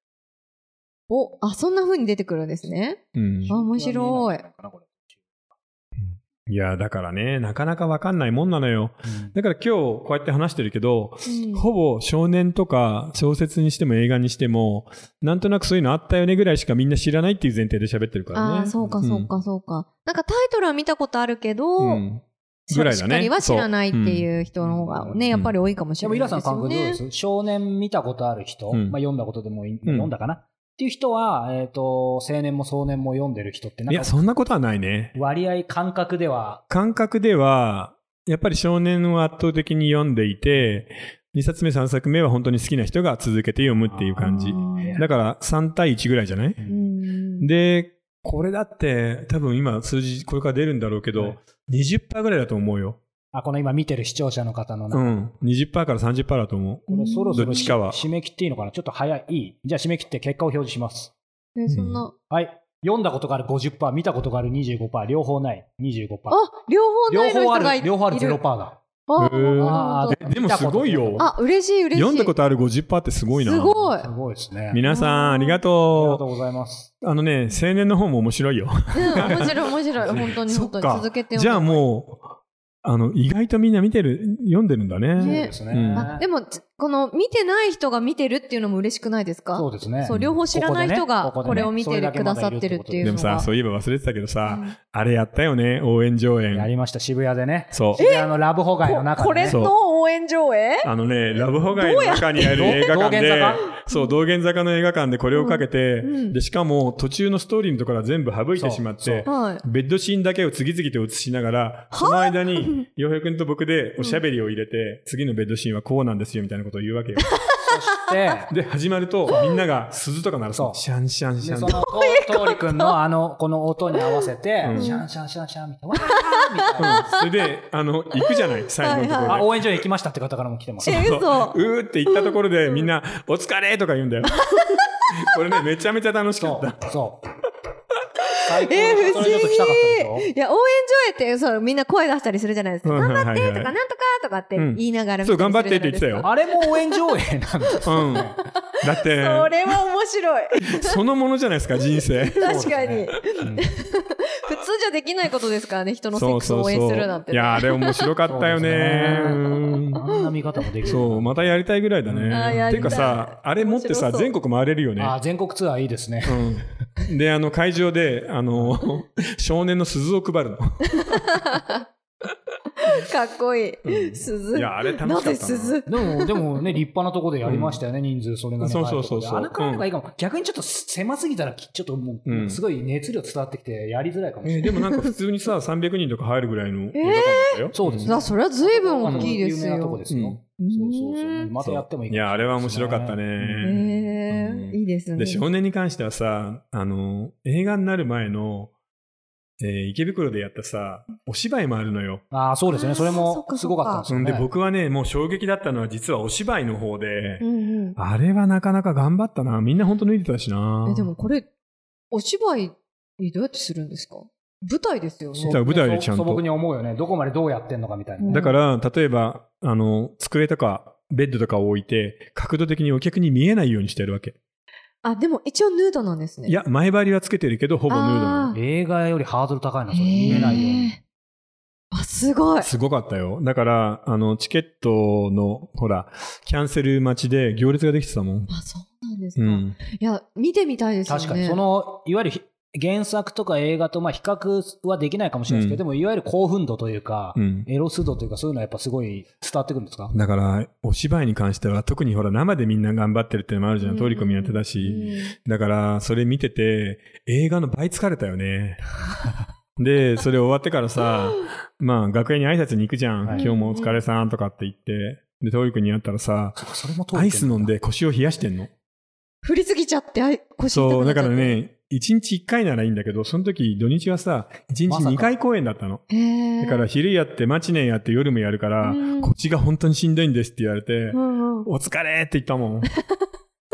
Speaker 2: お、あ、そんな風に出てくるんですね。
Speaker 1: うん
Speaker 2: あ面白い
Speaker 1: いや、だからね、なかなかわかんないもんなのよ。だから今日こうやって話してるけど、
Speaker 2: うん
Speaker 1: ほぼ少年とか小説にしても映画にしても、なんとなくそういうのあったよねぐらいしかみんな知らないっていう前提で喋ってるからね。
Speaker 2: ああ、そうか、
Speaker 1: うん
Speaker 2: そうか、そうか。なんかタイトルは見たことあるけど、
Speaker 1: うん。
Speaker 2: し
Speaker 1: ぐらいだね
Speaker 2: しっかりは知らないっていう人の方がね、
Speaker 1: うん
Speaker 2: やっぱり多いかもし
Speaker 3: で
Speaker 2: れ
Speaker 3: も、
Speaker 2: な
Speaker 3: イ
Speaker 2: い
Speaker 3: ラ
Speaker 2: で
Speaker 3: さん
Speaker 2: す
Speaker 3: 感
Speaker 2: よ
Speaker 3: 覚どうで
Speaker 2: ね。
Speaker 3: す少年見たことある人、
Speaker 1: うん
Speaker 3: まあ読んだことでもいい、
Speaker 1: ん
Speaker 3: 読んだかなっていう人は、えっ、と、青年も少年も読んでる人って、ないん
Speaker 1: や、
Speaker 3: か
Speaker 1: そんなことはないね。
Speaker 3: 割合感覚では、
Speaker 1: 感覚では、やっぱり少年を圧倒的に読んでいて、2冊目、3作目は本当に好きな人が続けて読むっていう感じ
Speaker 2: あ。ー
Speaker 1: だから3対1ぐらいじゃない
Speaker 2: うん
Speaker 1: で、これだって、多分今数字これから出るんだろうけど、
Speaker 3: はい
Speaker 1: 20%ぐらいだと思うよ。
Speaker 3: あ、この今見てる視聴者の方の
Speaker 1: う
Speaker 3: 中、
Speaker 1: ん。20%から30%だと思う。
Speaker 3: これそろそ
Speaker 1: ど
Speaker 3: ろ
Speaker 1: っちかは
Speaker 3: し締め切っていいのかなちょっと早い。いい。じゃあ締め切って結果を表示します。
Speaker 2: え、そんな、
Speaker 3: はい。読んだことがある50%、見たことがある25%、両方ない25%。
Speaker 2: あ、両方な
Speaker 3: 両
Speaker 2: いの人
Speaker 3: 方あ
Speaker 2: がい
Speaker 3: る、
Speaker 2: いる。
Speaker 3: 両方ある0%だ。
Speaker 2: あ
Speaker 1: へー
Speaker 2: あ
Speaker 3: あ
Speaker 2: ー
Speaker 3: ー、
Speaker 1: でもすごいよ。
Speaker 2: あ、嬉しい、嬉しい。
Speaker 1: 読んだことある50%ってすごいな。
Speaker 2: すごい。
Speaker 3: すごいですね。あり
Speaker 1: 皆さん、ありが
Speaker 3: がと
Speaker 1: と
Speaker 3: うございます。
Speaker 1: う。あのね、青年の方も面白いよ。
Speaker 2: うん、面白い、面白い。本当に、
Speaker 1: そ
Speaker 2: 本
Speaker 1: っ
Speaker 2: 当
Speaker 1: か
Speaker 2: に。続けて読んで
Speaker 1: じゃあもう、あの、意外とみんな見てる、読んでるんだね。
Speaker 2: ね
Speaker 3: そうですね。
Speaker 1: うん
Speaker 2: あでも、つこの、見てない人が見てるっていうのも嬉しくないですか
Speaker 3: そうですね。
Speaker 2: そう両方知らない人
Speaker 3: こ
Speaker 2: が
Speaker 3: こでね
Speaker 2: これを見て
Speaker 3: ここでね
Speaker 2: くださってるっていう
Speaker 1: でも
Speaker 2: の
Speaker 1: さ、
Speaker 2: が
Speaker 1: そういえば忘れてたけどさ、
Speaker 2: うん
Speaker 1: あれやったよね、応援上
Speaker 3: や
Speaker 1: 演。
Speaker 3: りました、渋谷でね。
Speaker 1: そ
Speaker 3: 渋谷のラブホ街の中
Speaker 2: こ
Speaker 3: でね。
Speaker 2: れ
Speaker 1: そう
Speaker 2: の応援上映
Speaker 1: う。あのね、ラブホ街の中にある
Speaker 3: ど
Speaker 1: 映画館
Speaker 3: 道
Speaker 1: で
Speaker 3: 玄、
Speaker 1: そう、道玄坂の映画館でこれをかけて、
Speaker 2: うんうん
Speaker 1: で、しかも途中のストーリーのところは全部省いてしまっ
Speaker 3: そう
Speaker 1: て
Speaker 3: そ、
Speaker 2: はい。
Speaker 1: ベッドシーンだけを次々と映しながら、その間 に、洋平くんと僕でおしゃべりを入れて、次のベッドシーンはこうなんですよみたいなことを言うわ けよ。
Speaker 3: そして、
Speaker 1: で、始まると、みんなが鈴とか鳴らすの
Speaker 3: そう
Speaker 1: シャンシャンシャ
Speaker 3: で、
Speaker 1: ン
Speaker 3: その、とうりくんのあの、この音に合わせて
Speaker 1: う、ん
Speaker 3: シャンシャンシャンシャンみたいな、わーみたい な。
Speaker 1: うんそれで、あの、行くじゃない、最後のところで。
Speaker 3: あ、応援所へ行きましたって方からも来てます。
Speaker 2: え、嘘。
Speaker 1: うーって言ったところでみんな、お疲れとか言うんだ よ。これね、めちゃめちゃ楽しか
Speaker 3: そ
Speaker 1: った。
Speaker 3: う、そう。最高
Speaker 2: えー、不
Speaker 3: そ
Speaker 2: 思
Speaker 3: れちょっと来たかったで
Speaker 2: 議。いや、応援上映って、そう、みんな声出したりするじゃないですか。
Speaker 1: うん
Speaker 2: 頑張っ
Speaker 1: はい
Speaker 2: て
Speaker 1: はい
Speaker 2: とか、
Speaker 1: はい
Speaker 2: なんとかとかって
Speaker 1: うん
Speaker 2: 言いながら見
Speaker 1: そう
Speaker 2: たりするじゃない
Speaker 1: 頑張ってって言っ
Speaker 2: です
Speaker 1: てたよ
Speaker 3: しょあ
Speaker 2: か
Speaker 3: れも応援上映なんで す
Speaker 1: うん。だって、
Speaker 2: それは面白 い。
Speaker 1: そのものじゃないですか、人生。
Speaker 2: 確
Speaker 3: そう
Speaker 2: かに。普通じゃできないことですからね、人のセッ
Speaker 1: そう
Speaker 2: クス
Speaker 1: そ
Speaker 2: を
Speaker 1: う
Speaker 2: 応
Speaker 1: そう。い
Speaker 2: 援するなんてね。
Speaker 1: や、あれ面白かったよね。
Speaker 3: そ
Speaker 1: う
Speaker 3: うですね
Speaker 1: ん
Speaker 3: あんな見方もできる。
Speaker 1: そう、またやりたいぐらいだ
Speaker 3: うん
Speaker 2: あーや
Speaker 1: ね。
Speaker 2: り
Speaker 1: て
Speaker 2: た
Speaker 1: か
Speaker 2: い
Speaker 1: さ、あれ持って
Speaker 2: 面白
Speaker 1: さ、
Speaker 2: そう
Speaker 1: 全国回れるよね。
Speaker 3: あ、全国ツアーいいですね。
Speaker 1: うん。で、あの、会場で、あの、 少年の鈴を配るの。
Speaker 2: かっこいい。
Speaker 1: うん
Speaker 2: 鈴。
Speaker 1: いや、あれ楽しか
Speaker 2: な
Speaker 1: った
Speaker 2: ぜ鈴
Speaker 3: でも、でもね、立派なとこでやりましたよね、人数、それがね。
Speaker 1: そうそうそうそう
Speaker 3: あのくらいのがいいかも。逆にちょっと狭すぎたら、きちょっともう、
Speaker 1: うん
Speaker 3: すごい熱量伝わってきて、やりづらいかもし
Speaker 1: え
Speaker 3: れな
Speaker 1: ー
Speaker 3: い。
Speaker 1: でもなんか普通にさ、300人とか入るぐらいの映画館だったよ。
Speaker 3: そうですね
Speaker 2: あ、それは随分
Speaker 3: あ
Speaker 2: 大
Speaker 3: の
Speaker 2: きいです
Speaker 3: 有名なとこ
Speaker 2: よ
Speaker 3: で。すよ。
Speaker 2: うん
Speaker 3: そうそうそうう。
Speaker 2: ん
Speaker 3: またやってもいい
Speaker 1: いや、あれは面白かったね。
Speaker 2: え
Speaker 1: うん
Speaker 2: ー、いいですね
Speaker 1: で、。少年に関してはさ、あの、映画になる前の、えー池袋でやったさ、お芝居もあるのよ。
Speaker 3: ああ、そうですね。それ
Speaker 2: そっ
Speaker 3: も
Speaker 2: かそっか
Speaker 3: すごかったんです
Speaker 1: う
Speaker 3: よ
Speaker 1: ん
Speaker 3: ね。
Speaker 1: で、僕はね、もう衝撃だったのは実はお芝居の方で、
Speaker 2: うんうん。
Speaker 1: あれはなかなか頑張ったな。みんな本当脱いでたしな。
Speaker 2: え、でもこれ、お芝居にどうやってするんですか舞台ですよね。
Speaker 1: そう舞台でちゃんと
Speaker 3: 素朴に思うよね。どこまでどうやってんのかみたいな。
Speaker 2: うん
Speaker 1: だから、例えば、あの、机とか、ベッドとかを置いて、角度的にお客に見えないようにしてるわけ。
Speaker 2: あ、でも一応ヌードなんですね。
Speaker 1: いや、前張りはつけてるけど、ほぼヌードなの
Speaker 2: あー、
Speaker 3: 映画よりハードル高いな、それ。
Speaker 2: へ
Speaker 3: 見
Speaker 2: ー
Speaker 3: えないように。
Speaker 2: あ、すごい。
Speaker 1: すごかったよ。だから、あの、チケットの、ほら、キャンセル待ちで行列ができてたもん。
Speaker 2: あ、そうなんです
Speaker 1: う
Speaker 2: か。
Speaker 1: ん。
Speaker 2: いや、見てみたいですよね。
Speaker 3: 確かに。その、いわゆるひ原作とか映画と、まあ、比較はできないかもしれないですけど、
Speaker 1: うん
Speaker 3: でも、いわゆる興奮度というか、
Speaker 1: うん。
Speaker 3: エロス度というか、そういうのはやっぱすごい伝わってくるんですか
Speaker 1: だから、お芝居に関しては、特にほら、生でみんな頑張ってるってのもあるじゃ。
Speaker 2: うんん
Speaker 1: 通り込みやってた
Speaker 2: う
Speaker 1: し。
Speaker 2: ん
Speaker 1: だから、それ見てて、映画の倍疲れたよね。で、それ終わってからさ、まあ、学園に挨拶に行くじゃん。
Speaker 3: はい
Speaker 1: 今日もお疲れさんとかって言って。で、通り君に会ったらさ、
Speaker 3: そうかそれも通
Speaker 1: アイス飲ん
Speaker 3: で。
Speaker 1: で腰を冷やしてんの。
Speaker 2: 振りすぎちゃって、あい腰痛
Speaker 1: そう、
Speaker 2: くな
Speaker 1: だ
Speaker 2: っちゃ
Speaker 1: か
Speaker 2: って
Speaker 1: ら。ね、1日1回ならいいんだけど、その時土日はさ、1日
Speaker 3: まさか
Speaker 1: 2回公演だったの。
Speaker 2: へー
Speaker 1: だから昼やって、マチネやって、夜もやるから
Speaker 2: うん、
Speaker 1: こっちが本当にしんどいんですって言われて
Speaker 2: う、んうん
Speaker 1: お疲れって言ったもん。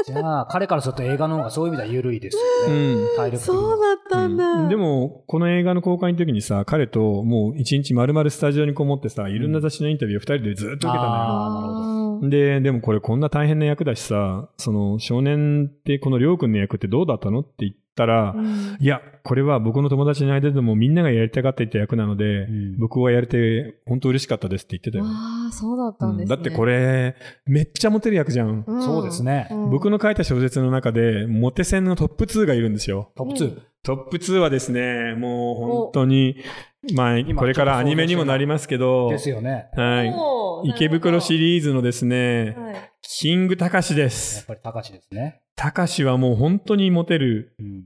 Speaker 3: じゃあ、彼からすると映画の方がそういう意味では緩いですよ
Speaker 1: う
Speaker 3: ね。
Speaker 1: ん。
Speaker 3: 体力的に
Speaker 2: そうだったんだ。
Speaker 1: で、も、この映画の公開の時にさ、彼ともう一日丸々スタジオにこもってさ、いろんな雑誌のインタビューを二人でずっと受けたのよ。
Speaker 3: あーなるほ
Speaker 1: で、でもこれこんな大変な役だしさ、その少年ってこのりょうくんの役ってどうだったのって言ったら、
Speaker 2: うん
Speaker 1: いや、これは僕の友達の間でもみんながやりたがっていた役なので、
Speaker 3: ん
Speaker 1: 僕はやれて本当嬉しかったですって言ってたよ。
Speaker 2: ああ、そうだったん
Speaker 1: う
Speaker 2: で
Speaker 1: ん
Speaker 2: す
Speaker 1: だ
Speaker 2: ね。
Speaker 1: ってこれ、めっちゃモテる役じゃん。
Speaker 2: うん、
Speaker 3: そうですね。
Speaker 2: うん
Speaker 1: 僕の書いた小説の中で、モテ戦のトップ2がいるんですよ。
Speaker 3: トップ
Speaker 2: う
Speaker 3: 2。
Speaker 1: トップ2はですね、もう本当に、まあ、
Speaker 3: 今
Speaker 1: これからアニメにもなりますけど、
Speaker 3: ですよね。
Speaker 1: はい。
Speaker 2: おーなるほど
Speaker 1: 池袋シリーズのですね、
Speaker 2: はい
Speaker 1: キングたかしで
Speaker 3: やっ
Speaker 1: す。
Speaker 3: ぱり高橋ですね。
Speaker 1: たかしはもう本当にモテる
Speaker 3: うん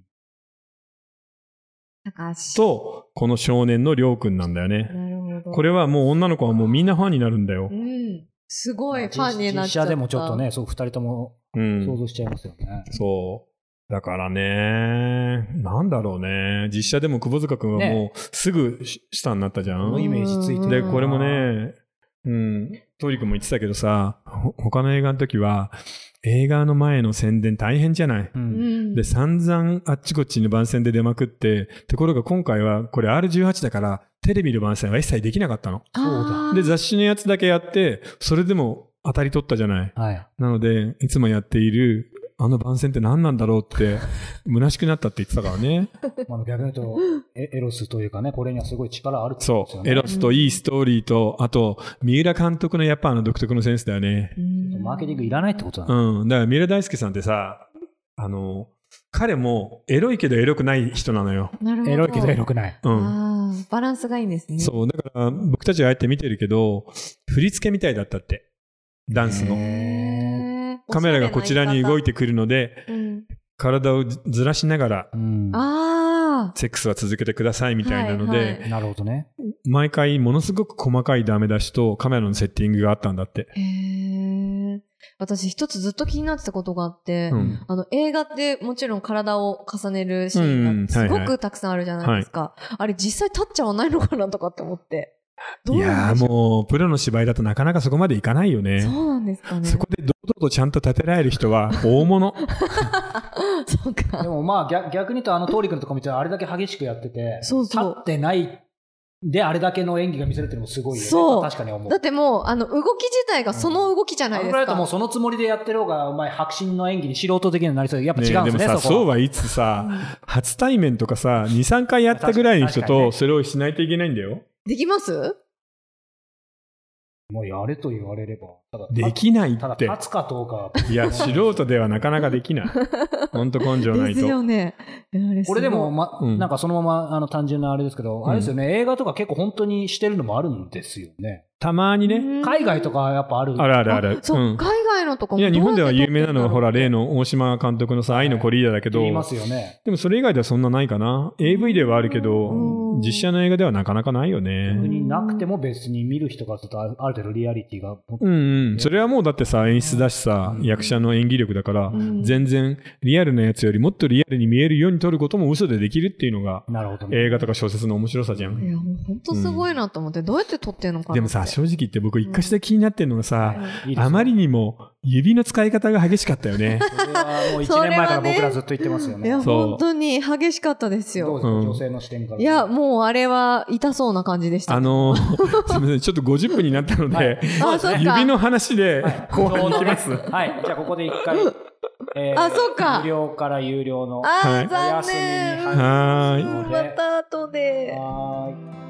Speaker 2: 高橋。
Speaker 1: と、この少年のりょうくんなんだよね。
Speaker 2: なるほど。
Speaker 1: これはもう女の子はもうみんなファンになるんだよ
Speaker 2: う。ん。すごいフ
Speaker 3: まあ
Speaker 2: ァンになっち
Speaker 3: 実
Speaker 2: ゃ
Speaker 3: 写
Speaker 2: った。
Speaker 3: でもちょっと。ね、そう、二人とも
Speaker 1: うん
Speaker 3: 想。像しちゃいますよね。
Speaker 1: そだからね、なんだろうね。実写でも窪塚くんはもうすぐスターになったじゃ
Speaker 3: の
Speaker 1: ん。
Speaker 3: イメージついて
Speaker 1: で、
Speaker 3: る。
Speaker 1: これもね、うん、トリ君も言ってたけどさ、ほ他の映画の時は、映画の前の宣伝大変じゃない。
Speaker 3: う。
Speaker 2: うんん。
Speaker 1: で、散々あっちこっちの番宣で出まくって、ところが今回はこれ R18 だから、テレビの番宣は一切できなかったの。
Speaker 2: あー
Speaker 1: で、雑誌のやつだけやって、それでも当たり取ったじゃない。
Speaker 3: はい。
Speaker 1: なので、いつもやっている、あの番宣って何なんだろう って、虚しくなったって言ってたからね。
Speaker 3: まあ、逆に言うと、エエロスというかね、これにはすごい力あるってこ
Speaker 1: そ
Speaker 3: とですよ
Speaker 1: う。
Speaker 3: ね
Speaker 1: エロスといいストーリーと、あと、三浦監督のやっぱあの独特のセンスだよね。
Speaker 2: うん
Speaker 3: マーケティングいらないってことなの、
Speaker 1: うん。だから三浦大輔さんってさ、あの、彼もエロいけどエロくない人なのよ。
Speaker 2: なるほど。
Speaker 3: エロいけどエロくない。
Speaker 1: うん。
Speaker 2: あーバランスがいいんですね。
Speaker 1: そう。だから僕たちはああやって見てるけど、振り付けみたいだったって。ダンス
Speaker 3: へ
Speaker 1: の。
Speaker 3: ー
Speaker 2: へー
Speaker 1: カメラがこちらに動い。てくるので、
Speaker 2: うん
Speaker 1: 体をずらしながら、
Speaker 3: うん。
Speaker 2: ああ。
Speaker 1: セックスは続けてくださいみたいなので、
Speaker 2: はいはい
Speaker 3: なるほどね。
Speaker 1: 毎回ものすごく細かいダメ出しとカメラのセッティングがあったんだって。
Speaker 2: へえ。私一つずっと気になってたことがあって、
Speaker 1: うん。
Speaker 2: あの映画ってもちろん体を重ねるシーンがすご
Speaker 1: うんはいは
Speaker 2: くたくさんあるじゃないですか。あれ実際立っちゃわないのかなとかって思って。ど
Speaker 1: いう
Speaker 2: な
Speaker 1: や
Speaker 2: ん
Speaker 1: ー
Speaker 2: でしょ
Speaker 1: もうプロの芝居だとなかなかそこまでいかないよ
Speaker 2: う。
Speaker 1: ね。
Speaker 2: そうなんですかね。
Speaker 1: そこで堂々とちゃんと立てられる人は大物。
Speaker 2: そう
Speaker 3: で
Speaker 2: か。
Speaker 3: もまあ逆逆に言うとあの通り君とか見てあれだけ激しくやってて、
Speaker 2: そうそう
Speaker 3: 立ってないであれだけの演技が見せるっていうのもすごいよね。
Speaker 2: そう
Speaker 3: 確かに思う
Speaker 2: だっ。てもう、あの、動き自体がその動きじゃ
Speaker 3: あ
Speaker 2: な
Speaker 3: の
Speaker 2: い
Speaker 3: ぐ
Speaker 2: です
Speaker 3: らいだと
Speaker 2: か。
Speaker 3: もうそのつもりでやってる方が、お前、白真の演技に素人的になりそうで、やっぱ違うん
Speaker 1: で
Speaker 3: です
Speaker 1: も
Speaker 3: ね、
Speaker 1: さ、
Speaker 3: そこ
Speaker 1: そうはいつ
Speaker 2: う
Speaker 1: さ、
Speaker 2: ん
Speaker 1: 初対面とかさ、2、3回やったぐらいの人
Speaker 3: 確かに確かに
Speaker 1: と
Speaker 3: ね
Speaker 1: それをしないといけないんだよ。
Speaker 2: できます
Speaker 3: もうやれと言われれば。ただ
Speaker 1: できない
Speaker 3: ただ、
Speaker 1: って。
Speaker 3: 立つかどうかは。
Speaker 1: いや、素人ではなかなかできない。ほんと根性な
Speaker 2: で
Speaker 1: い
Speaker 2: すよ
Speaker 1: と。
Speaker 2: ね。いやあれす
Speaker 3: こ
Speaker 2: ご
Speaker 3: れ
Speaker 2: い
Speaker 3: でも、ま、
Speaker 1: うん
Speaker 3: なんかそのまま、あの、単純なあれですけど、あれですよね、映画とか結構本当にしてるのもあるんですよね。
Speaker 1: たまにね。
Speaker 2: うん
Speaker 3: 海外とかやっぱある。
Speaker 1: あるあるある。
Speaker 2: そう、
Speaker 1: うん
Speaker 2: 海外のとかも
Speaker 1: いや、日本では有名なのは、ほら、例
Speaker 2: の。
Speaker 1: の大島監督のさ、愛のコリーダだけど、
Speaker 3: 言いますよね。
Speaker 1: でもそれ以外ではそんなないかな。AV ではあるけ
Speaker 2: う
Speaker 1: ど
Speaker 2: ん、
Speaker 1: 実写の映画ではなかなかないよ
Speaker 3: 逆
Speaker 1: ね。
Speaker 3: になくても別に見る人がすると、あるある程度リアリティが。
Speaker 1: うんうん。それはもうだってさ、演出だしさ
Speaker 3: う、ん
Speaker 1: 役者の演技力だから
Speaker 2: う、ん
Speaker 1: 全然リアルなやつよりもっとリアルに見えるように撮ることも嘘でできるっていうのが、
Speaker 3: なるほどね。
Speaker 1: 映画とか小説の面白さじゃ
Speaker 2: い
Speaker 1: ん。
Speaker 2: や、もう本当すごいなと思って、どうやって撮ってんのかなって。
Speaker 1: でもさ、正直言って僕一箇所だけ気になってるのが
Speaker 3: は
Speaker 1: さ、
Speaker 3: いいいですね
Speaker 1: あまりにも指の使い方が激しかったよね。
Speaker 3: それはもう1年前から僕らずっと言ってますよ
Speaker 2: い
Speaker 3: ね。
Speaker 2: や、
Speaker 1: そう
Speaker 2: 本当に激しかったです
Speaker 3: どうで
Speaker 2: よ。
Speaker 3: すか、
Speaker 1: うん
Speaker 3: 女性の視点から。
Speaker 2: いや、もうあれは痛そうな感じでした。
Speaker 1: あの、 すみません、ちょっと50分になったの
Speaker 3: は
Speaker 1: で
Speaker 3: い、
Speaker 2: あ、そっか。
Speaker 1: 指の話で後半に行きます。
Speaker 3: はい。じゃあ、ここで一回、えー
Speaker 2: あそうか
Speaker 3: 無料から有料の。
Speaker 2: あ
Speaker 1: は
Speaker 2: ー、
Speaker 1: い
Speaker 2: 残念。
Speaker 3: お休みに
Speaker 1: はーい
Speaker 2: うんまた後で。
Speaker 3: はーい